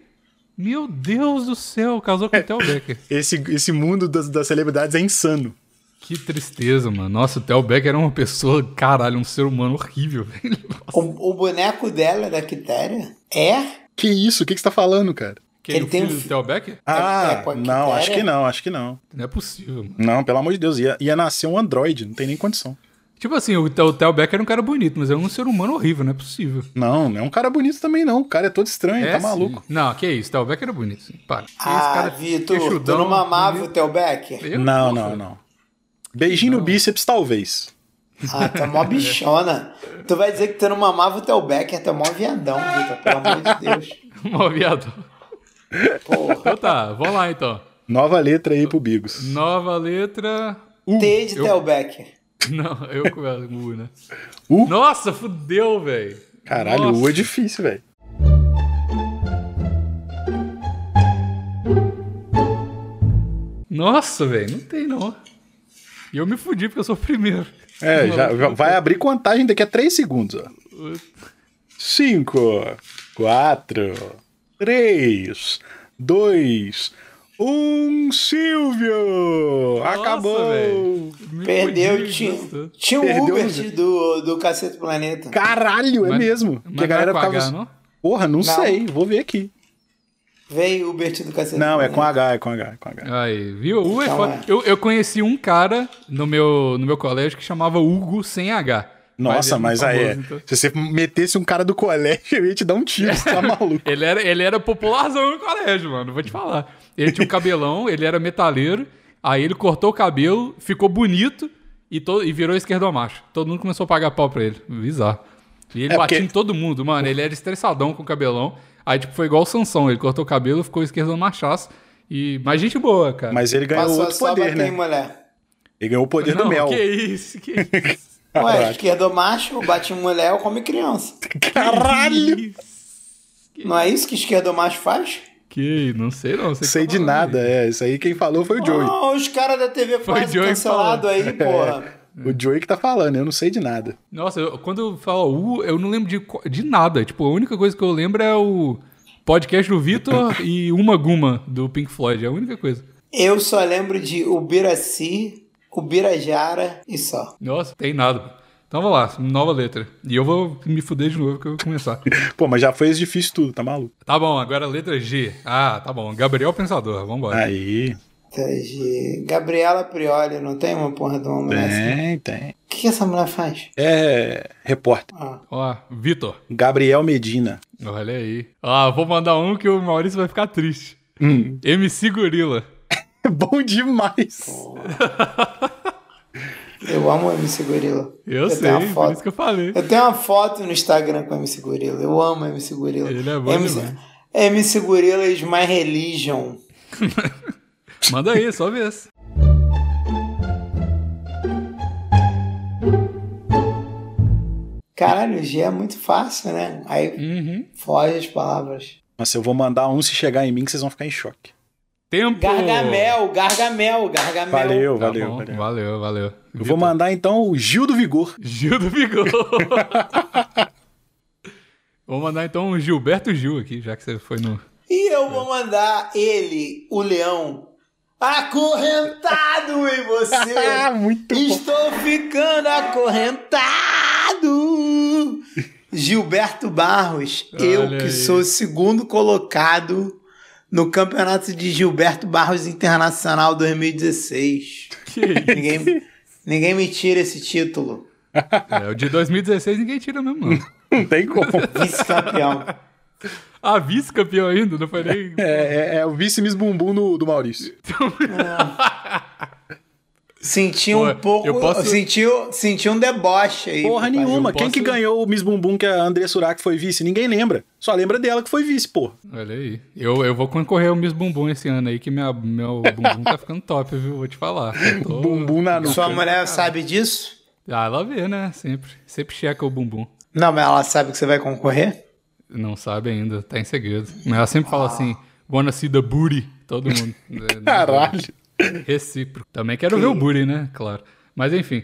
A: Meu Deus do céu, casou
C: É.
A: com o Theo Becker.
B: Esse, esse mundo das, das celebridades é insano.
A: Que tristeza, mano. Nossa, o Theo Becker era uma pessoa, caralho, um ser humano horrível, velho.
C: O, o boneco dela, da Quitéria, é
B: Que isso? O que, que você tá falando, cara?
A: Quem,
C: Ele
A: o
C: tem
A: filho
C: um
A: do
C: fi-
A: Theo Becker?
B: Ah,
C: com É, a
B: não, acho
C: Quitéria?
B: que não, acho que não.
A: Não é possível, mano.
B: Não, pelo amor de Deus, ia, ia nascer um androide, não tem nem condição.
A: Tipo assim, o Theo o Theo Becker era um cara bonito, mas era um ser humano horrível, não é possível.
B: Não, não é um cara bonito também, não. O cara é todo estranho, tá
A: sim.
B: maluco.
A: Não, que isso, Theo Becker era bonito. sim. Para.
C: Ah, Vitor, tu
A: queixudão,
C: não mamava o
A: bonito.
C: teu Becker?
A: Eu?
B: não,
A: Porra.
B: não, não. Beijinho no bíceps, talvez.
C: Ah, tu é mó bichona. Tu vai dizer que tu não mamava o teu Becker, tu é mó viadão, Vitor, pelo amor de Deus.
A: Mó viado.
C: Porra.
A: Então tá, vamos lá então.
B: Nova letra aí pro Bigos.
A: Nova letra.
C: T de
A: eu-
C: teu Becker.
A: Não, eu com a U, né?
B: U?
A: Nossa, fudeu, velho.
B: Caralho,
A: Nossa.
B: U é difícil, velho.
A: Nossa, velho, não tem não. E eu me fudi porque eu sou o primeiro.
B: É,
A: Não,
B: já,
A: não,
B: já
A: não.
B: vai abrir contagem daqui a 3 segundos, ó. 5, 4, 3, 2, 1, Silvio!
A: Nossa,
B: Acabou!
A: velho. Me
C: Perdeu,
A: fudi,
C: tinha,
A: nossa.
C: tinha o
B: Perdeu,
C: Hubert do, do Cacete Planeta.
B: Caralho, é
A: Mas-
B: mesmo.
A: mas
B: Que a galera
A: não é com
B: ficava. assim,
A: H, não?
B: Porra, não, sei, vou ver aqui.
C: Veio o Hubert do Cacete
B: Não, é com
C: Planeta.
B: H, é com H, é com H.
A: Aí, viu? U é
C: Então
A: foda.
C: é.
A: Eu, eu conheci um cara no meu, no meu colégio que chamava Hugo sem H.
B: Nossa,
A: ele
B: mas,
A: é
B: aí,
A: famoso, então.
B: se você metesse um cara do colégio, eu ia te dar um tiro, você tá maluco.
A: Ele era, ele era popularzão no colégio, mano. Vou te falar. Ele tinha um cabelão, ele era metaleiro. Aí ele cortou o cabelo, ficou bonito e, to- e virou esquerdomacho. Todo mundo começou a pagar pau pra ele. Bizarro. E ele
B: É,
A: batia
B: porque-
A: em todo mundo, mano. Ele era estressadão com o cabelão. Aí, tipo, foi igual o Sansão. Ele cortou o cabelo, ficou esquerdando machaço. E... Mas gente boa, cara.
B: Mas ele ganhou
C: Passou
B: outro
C: só
B: poder,
C: bater
B: né?
C: em mulher.
B: Ele ganhou o poder
A: não,
B: do mel.
A: que isso, que isso.
C: Ué,
B: Caraca.
C: esquerdo macho, bate em mulher ou come criança.
B: Caralho!
C: Não é isso que esquerdo macho faz?
A: Que... Não sei não.
B: Não
A: que Ah.
B: sei
A: tá
B: de
A: falando
B: nada,
A: aí.
B: é. Isso aí quem falou foi o Joey. É.
C: Não, Ah, os caras da TV
A: Foi
C: quase
A: Joey
C: cancelado aí, porra.
B: O Joey que tá falando, eu não sei de nada.
A: Nossa, eu- quando eu falo U, eu não lembro de, co- de nada. Tipo, a única coisa que eu lembro é o podcast do Vitor e Uma Guma, do Pink Floyd. É a única coisa.
C: Eu só lembro de Ubiraci, Ubirajara e só.
A: Nossa, tem nada. Então vamos lá, nova letra. E eu vou me fuder de novo que eu vou começar.
B: Pô, mas já foi difícil tudo, tá maluco?
A: tá bom, agora a letra G. Ah, tá bom. Gabriel Pensador, vambora.
B: Aí.
C: Tá, de Gabriela Prioli, não tem uma porra de uma
A: Tá
C: mulher assim?
B: Tem, tem.
C: O que, que essa mulher faz?
B: É. Repórter.
C: Ah,
A: Ó, Vitor.
B: Gabriel Medina.
A: Olha aí. Ah, vou mandar um que o Maurício vai ficar triste.
B: Hum.
A: MC Gorila.
B: É bom demais.
C: eu amo o MC Gorila.
A: Eu, sei,
C: tenho uma
A: por
C: foto.
A: isso que eu falei.
C: Eu tenho uma foto no Instagram com o MC Gorila. Eu amo o MC Gorila.
A: Ele é bom
C: MC,
A: demais.
C: MC Gorila is my religion.
A: Manda aí, só vez.
C: Caralho, G é muito fácil, né? Aí
A: Uhum.
C: foge as palavras.
B: Nossa, eu vou mandar um se chegar em mim que vocês vão ficar em choque.
A: Tempo.
C: Gargamel, Gargamel, Gargamel.
B: Valeu,
A: Tá
B: valeu,
A: bom,
B: valeu.
A: valeu, valeu.
B: Eu vou mandar então o Gil do Vigor.
A: Gil do Vigor. vou mandar então o Gilberto Gil aqui, já que você foi no.
C: E eu vou mandar ele, o leão, acorrentado em você.
A: Ah,
B: muito
C: Estou ficando acorrentado. Gilberto Barros, eu
A: Olha
C: que
A: aí.
C: sou segundo colocado no campeonato de Gilberto Barros Internacional 2016.
A: Que isso?
C: Ninguém, ninguém me tira esse título.
A: É, o de 2016 ninguém tira mesmo, não.
B: Não tem como.
C: Vice-campeão.
A: Ah, vice-campeão ainda, não foi nem.
B: É, é- é o vice-miss bumbum do, do Maurício.
C: Senti
A: Pô,
C: um pouco.
A: eu posso-
C: Senti, um- senti um deboche aí.
B: Porra
C: papai.
B: nenhuma.
A: eu
B: Quem que
A: posso-
B: ganhou o Miss Bumbum que a André Surak foi vice? Ninguém lembra. Só lembra dela que foi vice, porra.
A: Olha aí. Eu, eu vou concorrer ao Miss Bumbum esse ano aí, que minha, meu bumbum tá ficando top, viu? Vou te falar. Eu tô-
B: Bumbum na nuca.
C: Sua mulher sabe disso?
A: Ah, ela vê, né? Sempre. Sempre checa o bumbum.
C: Não, mas ela sabe que você vai concorrer?
A: Não sabe ainda, tá em segredo. Mas ela sempre fala assim: wanna see the booty? Todo mundo. né?
B: Caralho.
A: Recíproco. Também quero ver o Buri, né? Claro. Mas enfim.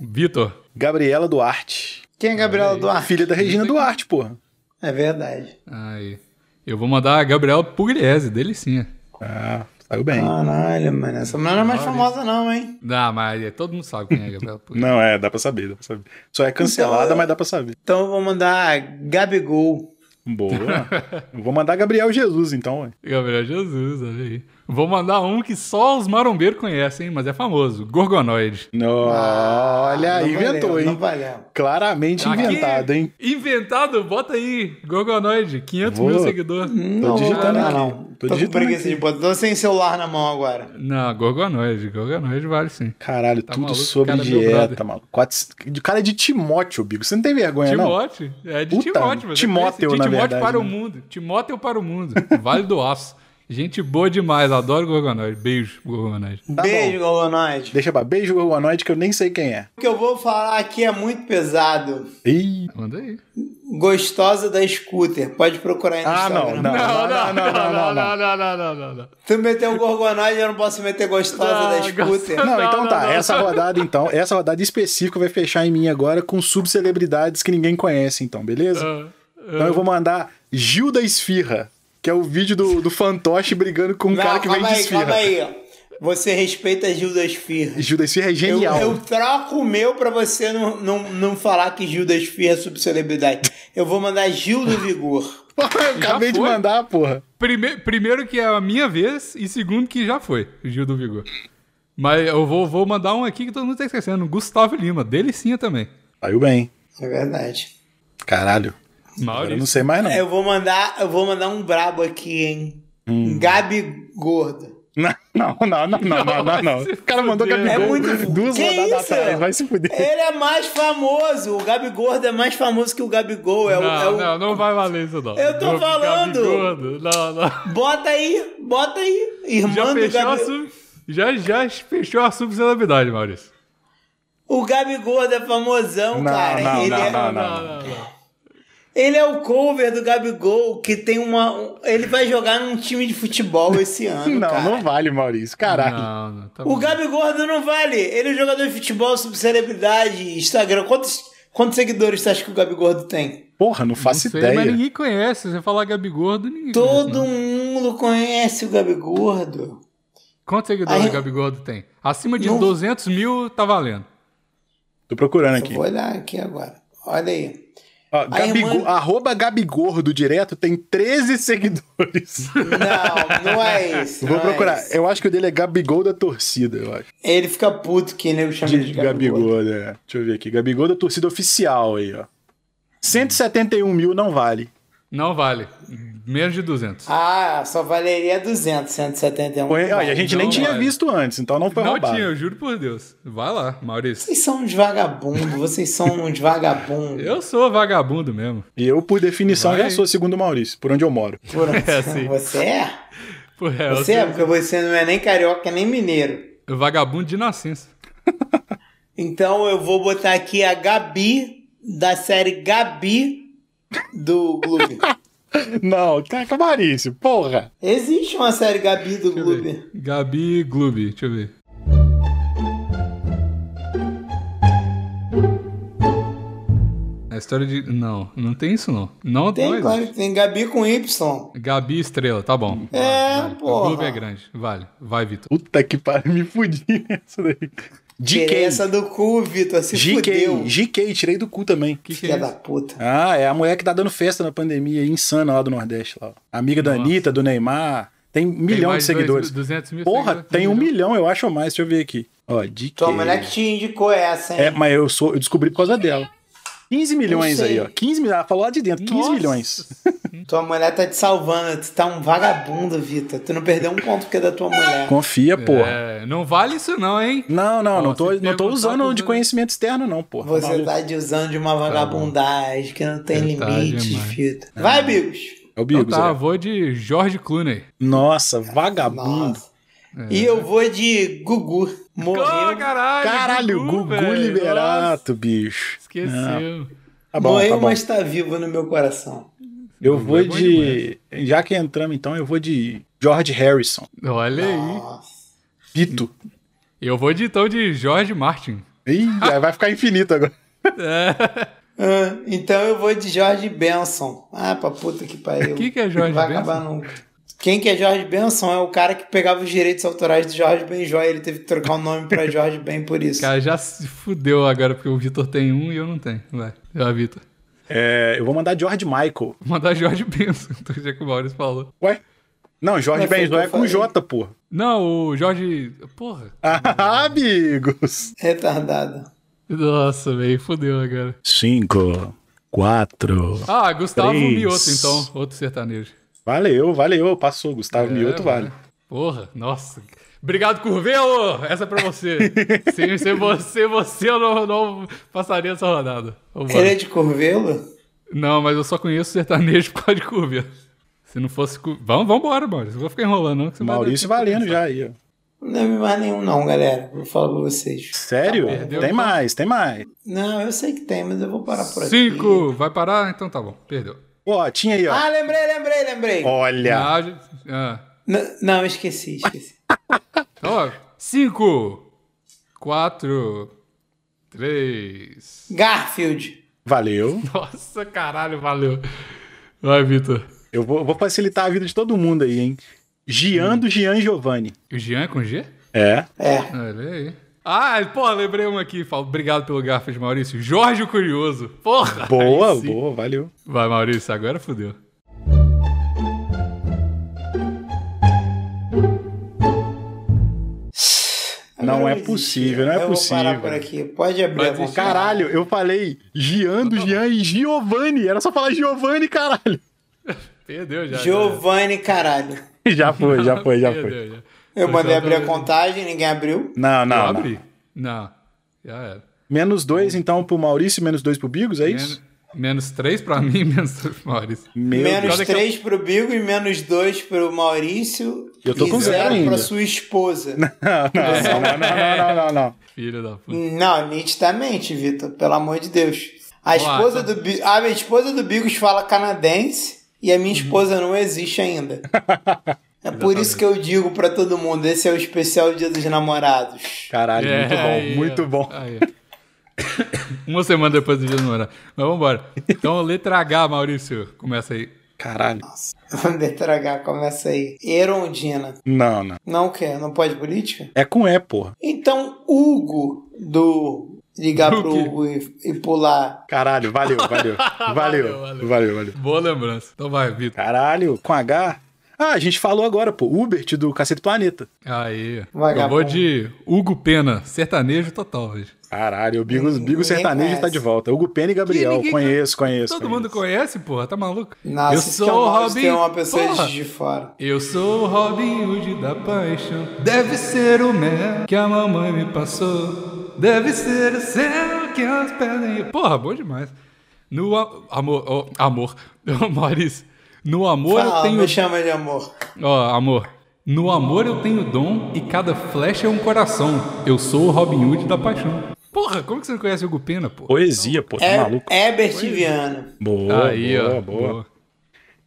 A: Vitor.
B: Gabriela Duarte.
C: Quem é Gabriela Duarte?
B: Filha da Regina Duarte, porra.
C: É verdade.
A: Aí. Eu vou mandar a Gabriel Pugliese, delicinha.
B: Ah, saiu bem.
C: Caralho, mano. Essa mulher não é mais famosa, não, hein?
A: Ah, mas todo mundo sabe quem é a Gabriel Pugliese.
B: Não, é, dá pra saber, dá pra saber. Só é cancelada,
C: Então, eu-
B: mas dá pra saber.
C: Então eu vou mandar a Gabigol.
B: Boa. Eu Vou mandar Gabriel Jesus, então. ué.
A: Gabriel Jesus, olha aí. Vou mandar um que só os marombeiros conhecem, mas é famoso. Gorgonoide.
B: No-
A: Ah,
B: Olha,
C: Ah, Não
B: inventou,
C: valeu,
B: hein?
C: Não valeu.
B: Claramente inventado,
A: Aqui,
B: hein?
A: Inventado, bota aí. Gorgonoide, 500
B: Vou. Hum.
A: mil seguidores.
C: Não,
B: digitando
C: não,
B: aqui.
C: não.
B: Tô
C: Tô, com
B: digitando
C: preguiça
B: aqui.
C: de botar. Tô sem celular na mão agora.
A: Não, Gorgonoide. Gorgonoide vale sim.
B: Caralho,
A: Tá
B: tudo
A: maluco,
B: sobre
A: cara é meu
B: dieta,
A: brother.
B: maluco. Quatro- De cara é de Timóteo, Bigo. Você não tem vergonha, não?
A: Timóteo? É de
B: Puta,
A: Timóteo, mas
B: Timóteo,
A: é de
B: na
A: Timóteo
B: verdade,
A: para o
B: né?
A: mundo. Timóteo para o mundo. Vale do Aço. Gente boa demais, adoro Gorgonoide. Beijo, Gorgonoide.
B: Tá
C: Beijo, Golonoide.
B: Deixa pra beijo humanoide que eu nem sei quem é.
C: O que eu vou falar aqui é muito pesado.
B: Ih.
A: Manda aí.
C: Gostosa da Scooter. Pode procurar aí no
B: Ah, não, não.
C: Instagram.
B: não, não, não, não,
A: não, não, não, não, não.
C: Tu meteu o Gorgonoide, eu não posso meter Gostosa
A: Ah,
C: da Scooter.
B: Não,
A: Não,
B: então
A: não,
B: tá.
A: não.
B: Essa rodada, então, essa rodada específica vai fechar em mim agora com subcelebridades que ninguém conhece, então, beleza?
A: Ah, ah.
B: Então eu vou mandar Gil da Esfirra, que é o vídeo do, do fantoche brigando com um
C: Não,
B: cara que vem
C: calma
B: de
C: aí,
B: esfirra.
C: calma aí. Você respeita a Gil da Esfirra.
B: Gil da Esfirra é
C: Eu,
B: genial.
C: eu troco o meu pra você não, não, não falar que Gil da Esfirra é subcelebridade. Eu vou mandar Gil do Vigor.
B: eu acabei de
A: foi.
B: mandar, porra.
A: Prime- primeiro que é a minha vez e segundo que já foi, Gil do Vigor. Mas eu vou, vou mandar um aqui que todo mundo tá esquecendo. Gustavo Lima, delicinha também.
B: Saiu bem.
C: É verdade.
B: Caralho. Eu não
A: Maurício.
B: sei mais, não. Hum.
C: Eu vou mandar, eu vou mandar um brabo aqui, hein? Um Gabi Gordo.
B: Não, não, não, não, não, não, não, não.
A: Vai se
B: O cara mandou
A: fuder.
B: Gabigol
C: É muito-
B: duas
C: Que
B: rodadas
C: isso?
B: atrás, vai se fuder.
C: Ele é mais famoso. O Gabi Gordo é mais famoso que o Gabigol. É o, é
A: Não,
C: o-
A: não, não vai valer isso, não.
C: Eu tô
A: Gabi-
C: falando.
A: Gabigordo, Não, não.
C: Bota aí, bota aí. Irmã
A: Já
C: do
A: fechou a
C: Gabi.
A: sub... Já, já fechou a subcelebridade, Maurício.
C: O Gabi Gordo é famosão,
B: Não,
C: cara.
B: não,
C: ele, é...
B: não, não.
C: ele é o cover do Gabigol, que tem uma. um- Ele vai jogar num time de futebol esse ano.
B: Não,
C: cara.
B: não vale, Maurício. Caralho.
A: Não, não, tá
C: O
A: bom.
C: Gabi Gordo não vale. Ele é jogador de futebol, subcelebridade, Instagram. Quantos, quantos seguidores você acha que o Gabi Gordo tem?
B: Porra, não
A: Não
B: faço
A: sei,
B: ideia.
A: mas ninguém conhece. Se você falar Gabigordo, ninguém conhece,
C: Todo
A: não.
B: Uhum.
C: mundo conhece o Gabi Gordo.
A: Quantos seguidores
C: Aí-
A: o Gabigordo tem? Acima de
C: Não-
A: 200 mil, tá valendo.
B: Tô procurando aqui.
C: Eu vou olhar aqui agora. Olha aí.
B: Ó, Gabigo-
C: irmã-
B: Arroba Gabigordo direto tem 13 seguidores.
C: Não, não é isso.
B: Vou
C: não é
B: procurar.
C: isso.
B: Eu acho que o dele é Gabigol da torcida, eu acho.
C: Ele fica puto que nego chama ele
B: De
C: de Gabi Gordo.
B: Gabigol, né? Deixa eu ver aqui. Gabigol da torcida oficial aí, ó. 171 mil não vale.
A: Não vale. Menos de 200.
C: Ah, só valeria 200, 171.
B: Põe- ó, e a gente
A: não
B: nem tinha
A: vale.
B: visto antes, então não foi
A: não
B: roubado.
A: tinha, eu juro por Deus. Vai lá, Maurício.
C: Vocês são uns vagabundos, vocês são uns vagabundos.
A: Eu sou vagabundo mesmo.
B: E eu, por definição,
A: Vai.
B: já sou, segundo o Maurício, por onde eu moro.
C: Por onde-
A: É assim.
C: Você é?
A: Pô, é, eu
C: Você é, porque você não é nem carioca, nem mineiro.
A: sou vagabundo de nascença.
C: Então eu vou botar aqui a Gabi, da série Gabi do Gloob.
B: Não, cara, Maurício, porra.
C: Existe uma série Gabi do
A: Deixa eu ver.
C: Gloob.
A: Gabi Gloob, deixa eu ver. A história de. Não, não tem isso não. Não não
C: Tem,
A: existe.
C: claro que tem Gabi com Y.
A: Gabi Estrela, tá bom.
C: É,
A: O
C: porra.
A: Gloob é grande. Vale. Vai, Vitor.
B: Puta que pariu, me fudi nessa daí.
C: Tirei
B: GK,
C: essa do cu, Vitor. Se fudeu.
B: GK, GK, tirei do cu também.
A: Que que é
C: Filha da
A: isso?
C: puta.
B: Ah, é a mulher que tá dando festa na pandemia, insana lá do Nordeste. Lá. Amiga da Anitta, do Neymar. Tem um milhão
A: mais
B: de
A: de dois-
B: seguidores.
A: 200 mil
B: Porra,
A: seguidores,
B: tem
A: um
B: um milhão, eu acho ou mais. Deixa eu ver aqui. Ó, de
C: Tua
B: que-
C: mulher que te indicou essa, hein?
B: É, mas eu, sou, eu descobri por causa dela. 15 milhões
C: sei.
B: aí, ó. 15 milhões. Ela falou lá de dentro, 15
A: Nossa.
B: milhões.
A: É.
C: Tua mulher tá te salvando. Tu tá um vagabundo, Vitor. Tu não perdeu um ponto porque é da tua mulher.
B: Confia, porra.
A: É, não vale isso não, hein?
B: Não, não, não
A: Ó,
B: tô,
A: se
B: não tô
A: perguntar, tô
B: usando de
A: usando.
B: conhecimento externo, não, porra.
C: Você
B: Maluco.
C: tá te usando de uma vagabundagem que não tem
A: Verdade,
C: limite,
A: mãe.
C: Vitor. Vai, Bigos.
B: É o
A: Então
B: Bigos,
A: tá,
B: é.
A: vou de George Clooney.
B: Nossa, vagabundo.
C: Nossa. E eu vou de Gugu.
A: Oh,
C: Morreu.
A: caralho,
B: Caralho, Gugu,
A: velho.
B: Liberato, bicho.
A: Nossa, esqueceu.
B: Tá bom,
C: Morreu,
B: tá bom.
C: mas tá vivo no meu coração.
B: Eu
A: Gugu
B: vou
A: é bom
B: de. Já que entramos, então, eu vou de George Harrison.
A: Olha aí.
C: Nossa.
B: Pito.
A: Eu vou de então de George Martin.
B: Ih, aí vai ficar infinito agora. É.
C: Ah, então eu vou de Jorge Benson. Ah, pra puta que pariu.
A: Quem que é Jorge
C: Não vai acabar nunca. Quem que é Jorge Benson é o cara que pegava os direitos autorais do Jorge Benjó e ele teve que trocar o nome pra Jorge Ben por isso.
A: Cara, já se fudeu agora porque o Vitor tem um e eu não tenho. Vai, já Vitor.
B: É, eu vou mandar George Michael.
A: Vou mandar George Benson, então, já que o Maurício falou.
B: Ué? Não, Jorge
C: Mas foi o que
B: Benjó
C: eu
B: é com
C: falei.
B: J, porra.
A: Não, o Jorge. Porra.
B: Ah, amigos.
C: Retardado.
A: Nossa, velho, fudeu agora.
B: Cinco, quatro.
A: Ah, Gustavo
B: Três.
A: Mioto, então. Outro sertanejo.
B: Valeu, valeu. Passou, Gustavo Mioto,
A: É,
B: vale.
A: mano. Porra, nossa. Obrigado, Curvelo! Essa é pra você. sem, sem você, você eu não, não passaria essa rodada. Vambora.
C: Ele é de Corvelo?
A: Não, mas eu só conheço sertanejo por causa de Curvelo. Se não fosse. Cu- Vamos, vambora, Maurício. Não vou ficar enrolando, não. que você vai-
B: Maurício valendo já aí, ó.
C: Não é mais nenhum, não, galera. Vou falar pra vocês.
B: Sério?
A: perdeu,
B: tem
A: então.
B: mais, tem mais.
C: Não, eu sei que tem, mas eu vou parar por aqui.
A: Cinco! Vai parar? Então tá bom, perdeu.
B: Ó, tinha aí, ó.
C: Ah, lembrei, lembrei, lembrei.
B: Olha.
A: Ah, gente- ah.
C: N- Não, esqueci, esqueci.
A: Então, ó, cinco! Quatro! Três!
C: Garfield.
B: Valeu.
A: Nossa, caralho, valeu. Vai, Vitor.
B: Eu vou, vou facilitar a vida de todo mundo aí, hein?
A: Hum.
B: Gian do Gian Giovanni.
A: O Jean é com G?
B: É.
C: É.
A: Olha aí. Ah, pô, lembrei um aqui. Falo, obrigado pelo Garfield, Maurício. Jorge o Curioso. Porra!
B: Boa,
A: Aí sim.
B: boa, valeu.
A: Vai, Maurício, agora fodeu.
C: Agora
B: Não é
C: eu desisti.
B: possível, não é
C: eu
B: possível.
C: Vou parar por aqui. Pode abrir
A: Vai
C: a vontade.
A: desistir.
B: Caralho, eu falei Gian do Gian e Giovanni. Era só falar Giovanni, caralho.
A: Perdeu já. já.
C: Giovanni, caralho.
B: Já foi, já foi, já foi.
A: Perdeu já.
C: Eu
A: Pois
C: mandei
A: é,
C: abrir a
A: tá-
C: contagem, ninguém abriu.
B: Não,
A: Eu
B: não. não.
A: abri. Não. Já era.
B: Menos dois, então, pro Maurício, menos dois pro Bigos, é isso?
A: Men- Menos três pra mim, menos três pro Maurício.
B: Meu
A: Deus.
C: menos
A: Olha que
C: 3 pro Bigo e menos 2 pro Maurício.
B: Eu tô
C: e
B: com zero
C: zero
B: ainda.
C: pra sua esposa.
B: Não, não, não, não, não, não, não.
A: Filho da puta.
C: Não, nitidamente, Vitor, pelo amor de Deus. A
A: Ó,
C: esposa
A: então-
C: do Bi- a minha esposa do Bigos fala canadense e a minha
A: Uhum.
C: esposa não existe ainda. É por isso que eu digo pra todo mundo, esse é o especial Dia dos Namorados.
B: Caralho,
A: É,
B: muito bom,
A: aí, ó.
B: muito bom.
A: Aí, ó. Uma semana depois do dia do namorado. Mas vambora. Então, letra H, Maurício. Começa aí.
B: Caralho.
C: Letra H, começa aí. Erondina.
B: Não, não.
C: Não quer? Não pode política?
B: É com E, porra.
C: Então, Hugo do ligar
A: Do
C: pro
A: quê?
C: Hugo e, e pular.
B: Caralho, valeu, valeu.
A: Valeu,
B: valeu,
A: valeu.
B: valeu, valeu,
A: Boa lembrança. Então vai, Vitor.
B: Caralho, com H. Ah, a gente falou agora, pô. Ubert do Cacete Planeta.
A: Aí. Eu
C: Vagabundo.
A: vou de Hugo Pena. Sertanejo total hoje.
B: Caralho, o Bigos,
C: Ninguém
B: Bigos Sertanejo
C: conhece.
B: tá de volta. Hugo Pena e Gabriel.
A: ninguém-
B: Conheço, conheço.
A: Todo
B: conheço.
A: mundo conhece, porra. Tá maluco?
C: Nossa,
A: eu
C: isso que
A: sou o
C: é um- isso
A: Robin.
C: que é uma pessoa
A: porra.
C: de fora.
A: Eu sou o Robin Hood da paixão. Deve ser o mel que a mamãe me passou. Deve ser o céu que elas pedem. Porra, bom demais. No a- amor. ó, amor. Ô, Maurício. No amor
C: Fala,
A: eu tenho. Tá
C: me chama de amor.
A: Ó, amor. No amor eu tenho dom e cada flecha é um coração. Eu sou o Robin Hood da paixão. Porra, como que você não conhece o Gupena, pô?
B: Poesia, pô, tá
C: É,
B: maluco.
C: Herbert Viana.
B: Boa,
A: Aí,
B: boa,
A: ó.
B: boa,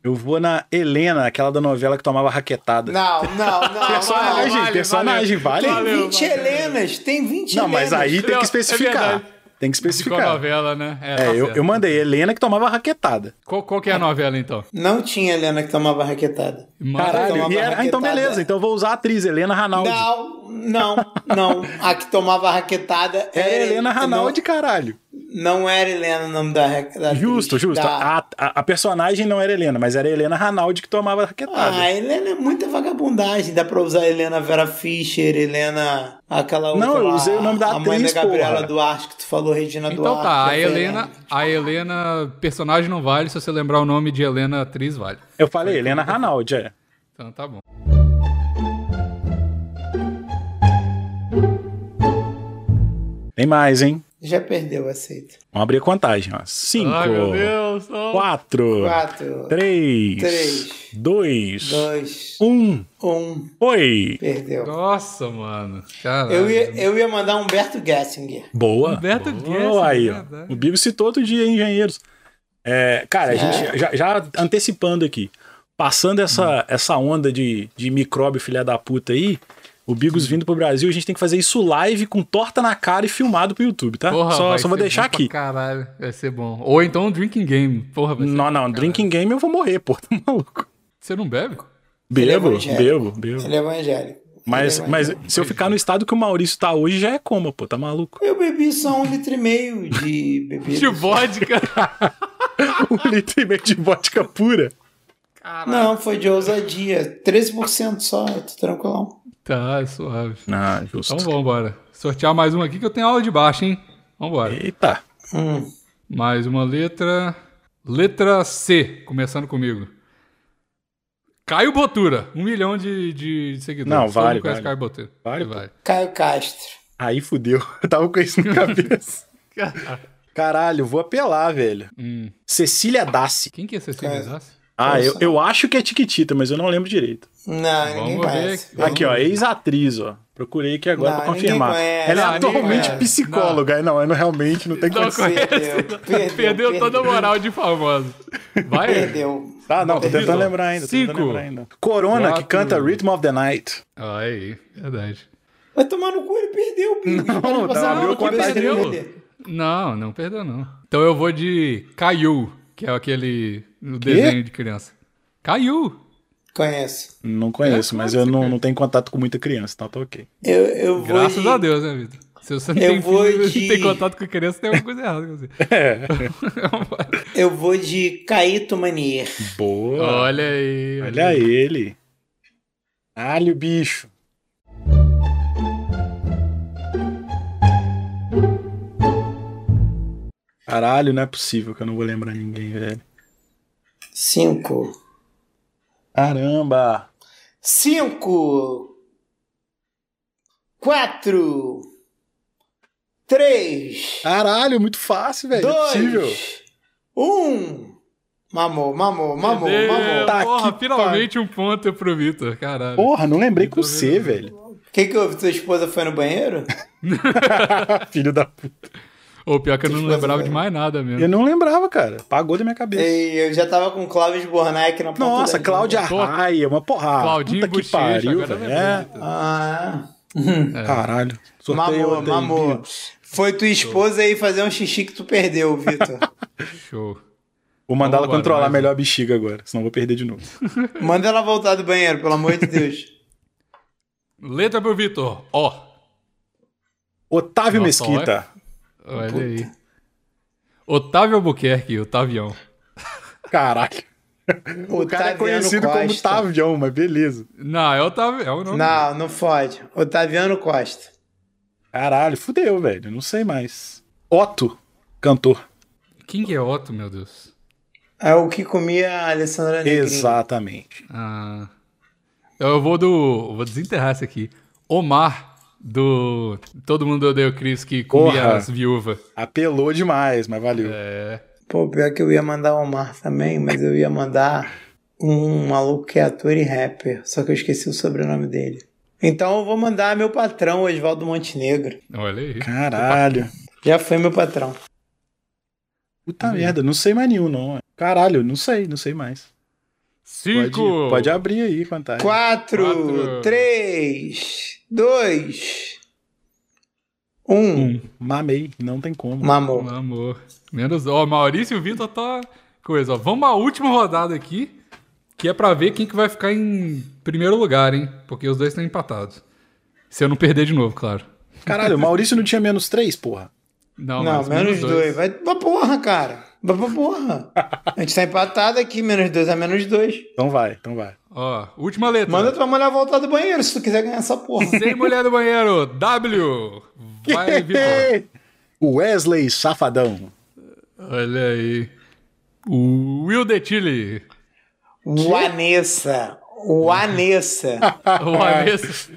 B: Eu vou na Helena, aquela da novela que tomava raquetada.
C: Não, não, não.
B: personagem,
C: não,
A: vale,
B: personagem, vale.
C: Tem
A: Valeu,
C: 20
A: valeu.
C: Helenas, tem 20
B: Não, mas
C: Helenas.
B: aí tem
A: Não, é
B: que especificar.
A: verdade.
B: tem que
A: Ficou a
B: especificar.
A: novela, né? tá
B: É, eu,
A: certo.
B: eu mandei Helena que tomava raquetada.
A: Qual, qual que é a novela, então?
C: Não tinha Helena que tomava raquetada.
A: Manda-
B: Caralho.
C: tomava
B: E era, ah, então
C: raquetada.
B: beleza, então eu vou usar a atriz Helena Ranaldi.
C: Não, não, não. A que tomava raquetada
B: Era É Helena Ranaldi,
C: Ranaldi.
B: caralho.
C: Não, não era Helena o nome da raquetada.
B: Justo, justo. Ah,
C: Da...
B: A, a- a personagem não era Helena, mas era Helena Ranaldi que tomava raquetada.
C: Ah, Helena é muita vagabundagem. Dá pra usar Helena Vera Fischer, Helena. Aquela outra.
B: Não, eu
C: lá,
B: usei o nome da
C: A mãe da
B: atriz,
C: Gabriela
B: porra.
C: Duarte, que tu falou, Regina
A: Então
C: Duarte.
A: tá,
C: é
A: a Helena,
C: Helena.
A: a Helena, personagem não vale, se você lembrar o nome de Helena, atriz vale.
B: Eu falei Helena Ranaldi, é.
A: Então tá bom.
B: Tem mais, hein?
C: Já perdeu, aceito.
B: Vamos abrir a contagem, ó. Cinco,
A: Ai, meu Deus. ó.
B: quatro,
C: Quatro,
B: três,
C: Três.
B: dois,
C: dois,
B: um.
C: um.
B: Foi!
C: Perdeu.
A: Nossa, mano. Caralho.
C: Eu ia, eu ia mandar Humberto Gessinger.
B: Boa.
A: Humberto
B: Boa,
A: Gessinger,
B: aí, ó.
A: verdade.
B: O Bigo citou outro dia, hein, engenheiros. É, Hum. cara, a gente já, já antecipando aqui, passando essa, essa onda de, de micróbio filha da puta aí, o Bigos vindo pro Brasil, a gente tem que fazer isso live com torta na cara e filmado pro YouTube, tá?
A: Porra,
B: só
A: vai
B: só vou
A: ser
B: deixar
A: bom pra
B: aqui.
A: Caralho, vai ser bom. Ou então um drinking game. Porra, vai ser
B: Não, não, drinking game eu vou morrer, pô, tá maluco.
A: Você não bebe?
C: Ele é
B: Bebo,
C: evangélico.
B: bebo, bebo.
C: Ele é evangélico.
B: Mas,
C: Ele é
B: mas
C: evangélico.
B: se eu ficar no estado que o Maurício tá hoje, já é coma, pô, tá maluco.
C: Eu bebi só um litro e meio de bebida.
A: De vodka.
B: um litro e meio de vodka pura.
C: Não, foi de ousadia. 13% só, eu tô tranquilão.
A: tá, suave.
B: Ah, justo.
A: Então vambora. Sortear mais um aqui que eu tenho aula de baixo, hein? Vambora.
B: Eita.
C: Hum.
A: Mais uma letra. Letra C, começando comigo. Caio Botura, um milhão de, de seguidores.
B: Não,
A: Todo mundo
B: vale,
A: conhece
B: vale.
A: Caio Botura.
B: Vale,
A: vale.
C: Caio Castro.
B: Aí fudeu. Eu tava com isso na cabeça. Caralho, vou apelar, velho.
A: Hum.
B: Cecília Dassi.
A: Quem que é Cecília Zassi?
B: Ah, eu, eu acho que é Tiquitita, mas eu não lembro direito.
C: Não, ninguém
A: ver
C: conhece.
A: Vamos
B: Aqui, ó, ex-atriz, ó. Procurei aqui agora
C: Não,
B: pra confirmar.
C: ninguém conhece,
B: Ela é
A: ninguém
B: atualmente
A: conhece.
B: psicóloga. é, Não, não realmente não tem
A: Não
B: como.
A: conhece.
C: Perdeu, perdeu,
A: Perdeu toda a moral de famoso. Vai.
C: Perdeu.
B: Ah, não, tô
A: Perdeu.
B: tentando lembrar ainda. tô tentando
A: Cinco.
B: lembrar ainda. Corona,
A: Quatro.
B: que canta Rhythm of the Night.
A: Aí, verdade.
C: Vai tomar no cu, ele perdeu, bicho. Não,
B: não,
A: tá abriu contagem,
C: ele
A: perdeu.
C: perder.
A: Não, não perdeu, não. Então eu vou de Caiu, que é aquele no desenho de criança. Caiu!
C: Conheço.
B: Não
A: É?
B: conheço,
A: Ah,
B: mas eu não, não tenho contato com muita criança, então tá ok.
C: Eu, eu vou
A: Graças
C: de-
A: a Deus, né, Vitor? Se você não
C: Eu
A: tem,
C: vou
A: filho,
C: de-
A: não tem contato com criança, tem alguma coisa errada com você.
B: É.
C: Eu vou de Caíto Manier.
B: Boa.
A: Olha aí.
B: Olha ele. Alho, bicho. Caralho, não é possível que eu não vou lembrar ninguém, velho.
C: Cinco.
B: Caramba!
C: Cinco. quatro, três,
B: Caralho, muito fácil, velho. É possível.
C: dois, um. Mamou, mamou, mamou,
A: Meu Deus,
C: mamou.
B: Tá
A: porra,
B: que
A: finalmente um ponto pro Vitor, caralho.
B: Porra, não lembrei com C, velho.
C: O que, que houve? Sua esposa foi no banheiro?
B: Filho da puta.
A: Ou pior que eu não
C: Vocês
A: lembrava de
C: fazem-
A: mais nada mesmo.
B: Eu não lembrava, cara. Pagou da minha cabeça.
C: E eu já tava com o Cláudio Bornack na ponta da
B: Nossa,
C: língua.
B: Cláudia
A: Pô.
B: Raia, uma porrada.
A: Claudinho
B: Ah, Puta que
A: Bochecha,
B: pariu,
A: agora É.
B: velho.
A: eu lembrei,
B: É,
A: Vitor.
C: Ah,
B: Caralho. Sorteio
C: mamou,
B: ontem,
C: mamou.
B: Bia.
C: Foi tua esposa aí fazer um xixi que tu perdeu, Vitor.
A: Show.
B: Vou mandar ela
A: Vambora,
B: controlar
A: mais um.
B: melhor a bexiga agora, senão eu vou perder de novo.
C: Manda ela voltar do banheiro, pelo amor de Deus.
A: Letra pro Vitor. Ó.
B: Otávio
A: Nossa,
B: Mesquita.
A: Olha aí. Otávio Albuquerque, Otavião.
B: Caralho. O cara é
C: Otaviano
B: conhecido como
C: Costa.
B: Tavião, mas beleza.
A: Não, é Otávio. É o nome.
C: Não, não fode. Otaviano Costa.
B: Caralho, fudeu, velho. Não sei mais. Otto, cantor.
A: Quem que é Otto, meu Deus?
C: É o que comia a Alessandra Negrini.
B: Exatamente.
A: Ah, eu vou do. Vou desenterrar isso aqui. Omar, do. Todo mundo odeia o Chris que comia
B: Porra.
A: as viúvas.
B: Apelou demais, mas valeu.
A: É.
C: Pô, pior que eu ia mandar o Omar também, mas eu ia mandar um maluco que é ator e rapper. Só que eu esqueci o sobrenome dele. Então eu vou mandar meu patrão, Oswaldo Montenegro.
A: Olha aí.
B: Caralho.
C: Já foi meu patrão.
A: Uhum.
B: Puta Ah, merda, não sei mais nenhum, não. é. Caralho, não sei, não sei mais. Pode,
A: Cinco!
B: pode abrir aí, quantagem.
A: Quatro.
C: Quatro, três, dois, um.
B: Hum, Mamei, não tem como.
C: Mamou.
A: Amor. Menos. Ó, Maurício e o Vitor tá. Coisa, ó. Vamos à última rodada aqui. Que é pra ver quem que vai ficar em primeiro lugar, hein? Porque os dois estão empatados. Se eu não perder de novo, claro.
B: Caralho, o Maurício não tinha menos três, porra.
A: Não,
C: Não,
A: mas
C: menos dois. Vai pra porra, cara. Vai pra porra. A gente tá empatado aqui, menos dois a menos dois.
B: Então vai, então vai.
A: Ó, última letra.
C: Manda tua mulher voltar do banheiro se tu quiser ganhar essa porra.
A: Sem mulher do banheiro. W. Vai, Vitor.
B: O Wesley Safadão.
A: Olha aí. O Will de Chile.
C: O Anessa. O Anessa.
A: O avesso.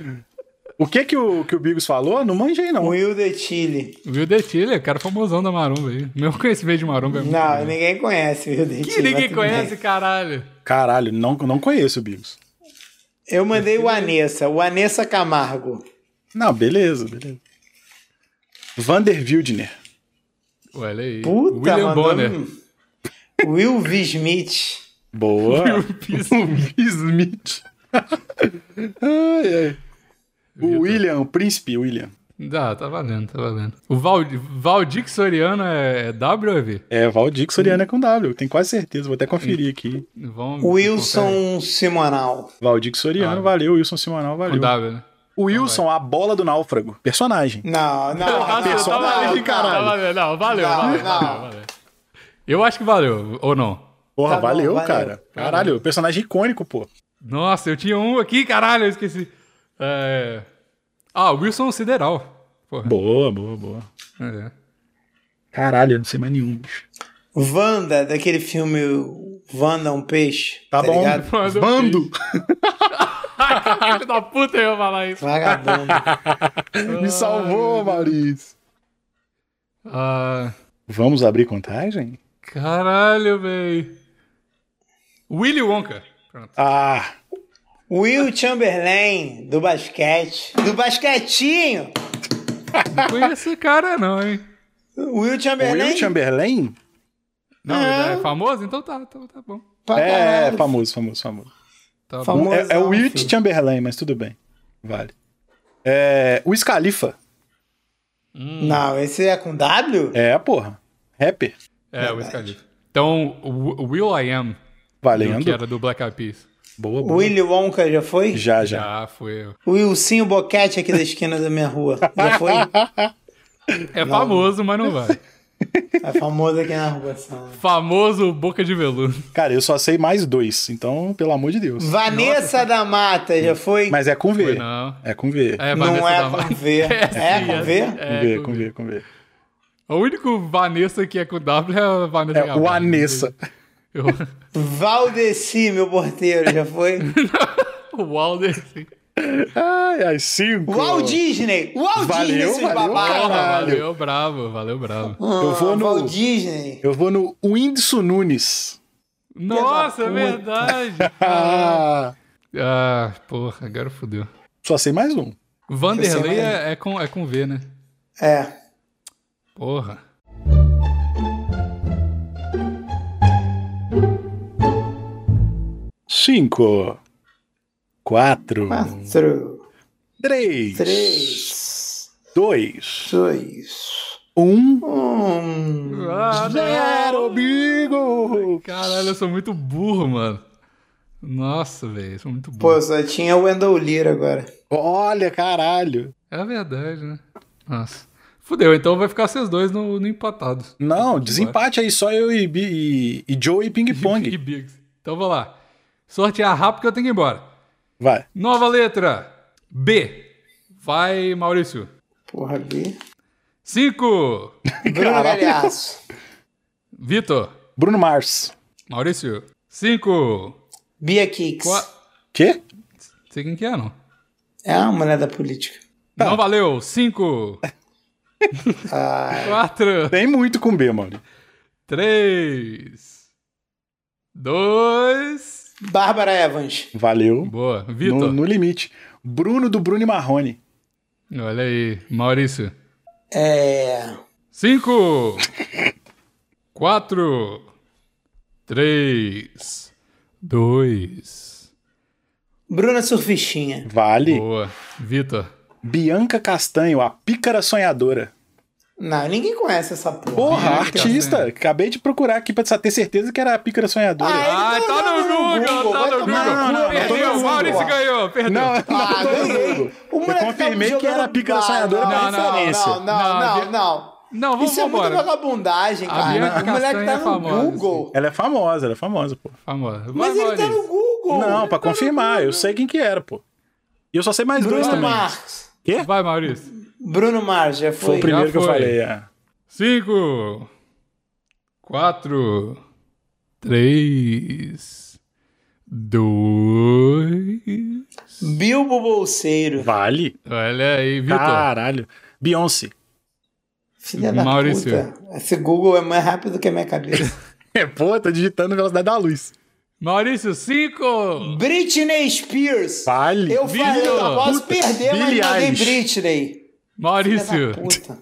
B: O que que o, que o Bigos falou? Não manjei,
C: O
B: não.
C: Will de Chile.
A: O Will de Chile é o cara famosão da Maromba aí. Meu conhecimento de Maromba é muito.
C: Não, ninguém conhece o Will de Chile.
A: que
C: mas
A: ninguém
C: tudo
A: conhece,
C: bem.
A: caralho.
B: Caralho, não, não conheço o Bigos.
C: Eu mandei o Anessa. O Anessa Camargo.
B: Não, beleza, beleza. Vander Wildner.
A: Olha aí.
C: Puta,
A: William
C: mandou
A: Bonner.
C: um- Will V. Smith.
B: Boa.
A: Will Pearson.
B: Will Smith. ai, ai. O William, o príncipe William.
A: Dá, tá valendo, tá valendo. O Valdi- Valdir Soriano é W ou é V?
B: É, Valdir que Soriano é com W, tenho quase certeza, vou até conferir aqui.
A: Vamos confere.
C: Wilson Simonal.
B: Valdir que Soriano, valeu, Wilson Simonal,
A: Com
B: valeu.
A: W, né?
B: O Wilson, a bola do náufrago, personagem.
C: Não, não.
A: Ah,
C: não,
A: tá
B: personagem,
C: não,
A: valendo,
C: não.
B: cara.
A: Tá valendo, não, valeu,
C: Não,
A: valeu,
C: não.
A: valeu, valeu. Eu acho que valeu, ou não?
B: Porra,
C: Tá bom,
B: valeu,
C: valeu.
B: cara. Caralho, personagem icônico, pô.
A: Nossa, eu tinha um aqui, caralho, eu esqueci. É... Ah, Wilson Sideral. Porra.
B: Boa, boa, boa.
A: É.
B: Caralho, eu não sei mais nenhum, bicho.
C: Wanda, daquele filme Wanda é um peixe.
B: Tá, bom.
C: ligado?
A: Manda um
B: Bando!
A: Filho da puta, eu ia falar isso.
C: Vagabundo.
B: Me salvou, Maurício.
A: Ah,
B: Vamos abrir contagem?
A: caralho, véi. Willy Wonka. Pronto.
B: Ah,
C: Will Chamberlain, do basquete. Do basquetinho!
A: Não conheço esse cara, não, hein?
C: Will
B: o
C: Chamberlain?
B: Will Chamberlain?
A: Não, ele é famoso? Então tá, tá, tá bom.
C: Pra
B: É,
C: Ah, caralho.
B: é, famoso, famoso, famoso.
A: Tá
C: Famoso.
A: bom.
B: É, é o Will
C: filho.
B: Chamberlain, mas tudo bem. Vale. É, o Scalifa.
C: Não, esse é com W?
B: Hum. É, porra. Rapper.
A: É, o Escalito. Então, o Will I Am,
B: Valendo.
A: que era do Black Eyed Peas.
B: Boa, boa.
C: Willy Wonka já foi?
B: Já, já.
A: Já foi. eu.
C: O Wilson Boquete aqui da esquina da minha rua. Já foi?
A: É famoso, mas não vai.
C: É famoso aqui na rua. só.
A: Famoso Boca de Veludo.
B: Cara, eu só sei mais dois, então, pelo amor de Deus.
C: Vanessa da Mata já foi?
B: Mas é com V.
A: Foi né? não.
B: É com V.
A: É,
C: Não é
A: Dama-
C: com V. É
A: sim,
C: com
A: sim,
C: V?
B: com
A: É,
B: V,
A: com
B: com V, com V.
A: O único Vanessa que é com W é a Vanessa
B: É o Anessa.
A: Eu...
C: Valdeci, meu porteiro, já foi?
A: o Walder, sim.
B: Ai, ai, cinco.
C: Walt Disney! Walt
B: Valeu,
C: Disney, seus
B: valeu,
C: babaca! Ah,
B: cara. Caralho.
A: Ah, Valeu, bravo, valeu, bravo.
B: Eu vou no-
C: Walt Disney!
B: Eu vou no Whindersson Nunes.
A: Nossa, é
C: puta.
A: verdade.
B: Ah,
A: ah, porra, agora fodeu.
B: só sei mais um.
A: Vanderlei é, é com, é com V, né?
C: É.
A: Porra.
B: Cinco. Quatro.
C: Ah, Quatro,
B: Três.
C: três,
B: Dois.
C: dois,
B: Um.
C: um.
A: Ah,
B: Zero, bingo!
A: Caralho, eu sou muito burro, mano. Nossa, velho, eu sou muito burro.
C: Pô, só tinha o Wendell Lear agora.
B: Olha, caralho.
A: É verdade, né? Nossa. Fudeu, então vai ficar vocês dois no, no empatado.
B: Não, desempate aí, só eu e, Bi- e, e Joe e Ping
A: E
B: Pong.
A: Biggs. Então vou lá. Sortear rápido que eu tenho que ir embora.
B: Vai.
A: Nova letra. B. Vai, Maurício.
C: Porra, B.
A: 5.
C: Bruno Galhaço.
A: Vitor.
B: Bruno Mars.
A: Maurício. 5.
C: Bia Kicks.
A: Qua...
B: Quê?
A: Não sei quem que é, não.
C: É uma mulher da política.
A: Não valeu. 5. 4.
B: Tem muito com B, mano.
A: 3. 2.
C: Bárbara Evans.
B: Valeu.
A: Boa.
B: No,
A: Vitor.
B: no limite. Bruno do Bruno e Marrone.
A: Olha aí. Maurício.
C: É.
A: 5. 4. 3. 2.
C: Bruna Surfistinha.
B: Vale.
A: Boa. Vitor.
B: Bianca Castanho, a pícara sonhadora.
C: Não, ninguém conhece essa porra.
B: Porra,
A: Bianca
B: artista.
A: Castanho.
B: Acabei de procurar aqui pra ter certeza que era a pícara sonhadora.
A: Ah,
C: ele
A: tá no Google, tá
C: um vai
A: no Google.
C: tomar no cu,
B: Não, não,
C: vai
A: Perdeu,
C: tomar
A: o
C: no
A: Maurício
C: cu.
A: ganhou, perdeu.
B: Não, não,
C: Ah,
B: tô
C: ganhei.
B: louco.
C: O moleque
B: Eu confirmei
C: tava
B: que era a
C: jogando
B: pícara
C: bola.
B: sonhadora pra
A: Não, não,
B: referência.
C: Não, não,
A: Não,
C: não, não.
A: Não, vamos
C: Isso é muita
A: embora.
C: vagabundagem,
A: A Bianca
C: cara. O moleque
A: Castanha é
C: tá no
A: famosa,
C: Google.
B: Ela é famosa, ela é famosa, pô.
A: Famosa. Vai,
C: Mas ele tá
A: Maurício.
C: no Google.
B: Não, pra confirmar, eu sei quem que era, pô. E eu só sei mais dois
C: Bruno
B: também.
C: Marx.
B: Quê?
A: Vai, Maurício.
C: Bruno Mars já
B: Foi
C: foi.
B: o primeiro que eu
A: foi.
B: falei. é.
A: 5, 4, 3, 2.
C: Bilbo Bolseiro.
B: Vale.
A: Olha aí,
C: Tá.
A: Vitor.
B: Caralho. Beyoncé.
C: Filha da
A: Maurício.
C: puta. Esse Google é mais rápido que a minha cabeça.
B: É, pô, tá digitando velocidade da luz.
A: Maurício, 5.
C: Britney Spears.
B: Vale.
C: Eu falei, eu
A: Billy-
C: não posso
B: Puta,
C: perder, mas
B: Billie
C: mandei
B: Eilish.
C: Britney. Filha da
A: Maurício,
C: puta.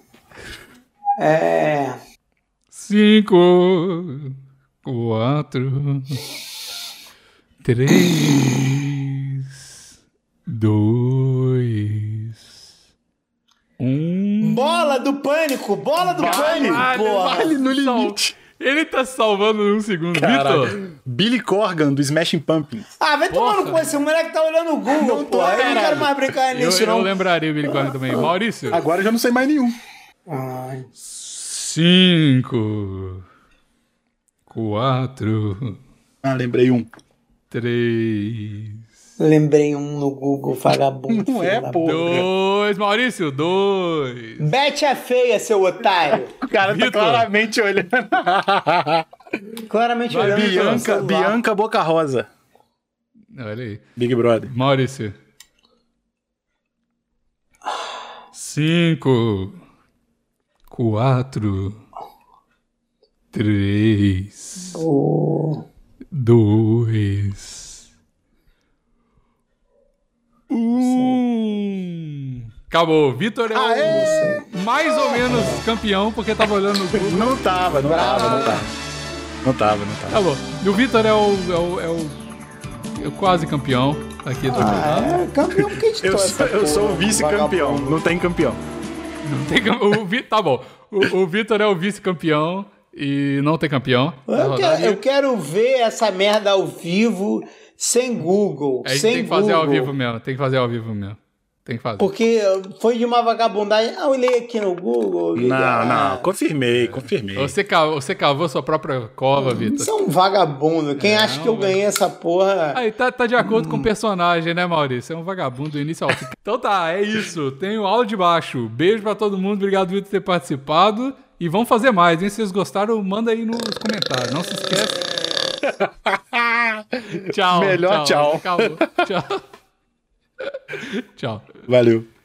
C: É.
A: 5, 4, 3, 2, 1.
C: Bola do pânico, bola do
B: Vale.
C: pânico, porra.
B: Vale no
A: Sal-
B: limite.
A: Ele tá salvando num segundo. Vitor,
B: Caralho. Billy Corgan, do Smashing Pumpkins.
C: Ah, vai tomar no
A: Porra.
C: cu, esse moleque tá olhando o Google,
B: Não tô,
C: porra. Eu não
B: caralho.
C: quero mais brincar
A: eu,
C: nisso,
A: eu
C: não.
A: lembraria o Billy Corgan também. Maurício,
B: Agora eu já não sei mais nenhum.
C: Ai,
A: 5, 4,
B: Ah, lembrei um.
A: 3,
C: lembrei um no Google, vagabundo.
B: Não
C: filho
B: é,
C: da
B: pô.
A: Dois, Maurício, dois.
C: puta. Bete a feia, seu otário.
B: O cara
A: Vitor.
B: tá claramente olhando.
C: Claramente
A: Vai,
C: olhando pro
B: Bianca,
C: celular.
B: Bianca Boca Rosa.
A: Olha aí.
B: Big Brother.
A: Maurício. Cinco. Quatro. Três.
C: Ô,
A: Dois. Um. Acabou. Vitor é o mais ou menos campeão, porque tava olhando no Google.
B: Não tava, não tava, não tava. Não tava, não tava.
A: Tá bom. E o Vitor é o, é o, é o, é o quase campeão aqui do campeonato.
C: É, campeão que editou
B: Eu
C: essa
B: sou, eu sou
C: porra,
B: o vice-campeão,
C: vagabundo.
B: não tem campeão.
A: Não tem cam- o Vi- Tá bom. O, o Vitor é o vice-campeão e não tem campeão. na
C: Eu
A: rodada.
C: quero, eu quero ver essa merda ao vivo, sem Google.
A: A gente
C: sem
A: tem que fazer ao
C: Google.
A: vivo mesmo. Tem que fazer ao vivo mesmo. Tem que fazer.
C: Porque foi de uma vagabundagem. Ah, eu olhei aqui no Google. olhei lá.
B: Não, não, confirmei, confirmei.
A: Você, cavou, você cavou sua própria cova, Vitor.
C: Você é um vagabundo. Quem acha que eu ganhei essa
B: É.
C: porra?
A: Aí tá, tá de acordo
B: Hum.
A: com o personagem, né, Maurício? É um vagabundo do início ao fim. Então tá, é isso. Tem o áudio de baixo. Beijo pra todo mundo. Obrigado, Vitor, por ter participado. E vamos fazer mais, hein? Se vocês gostaram, manda aí nos comentários. Não se esquece. tchau.
B: Melhor tchau.
A: Acabou. Tchau. Tchau.
B: Valeu.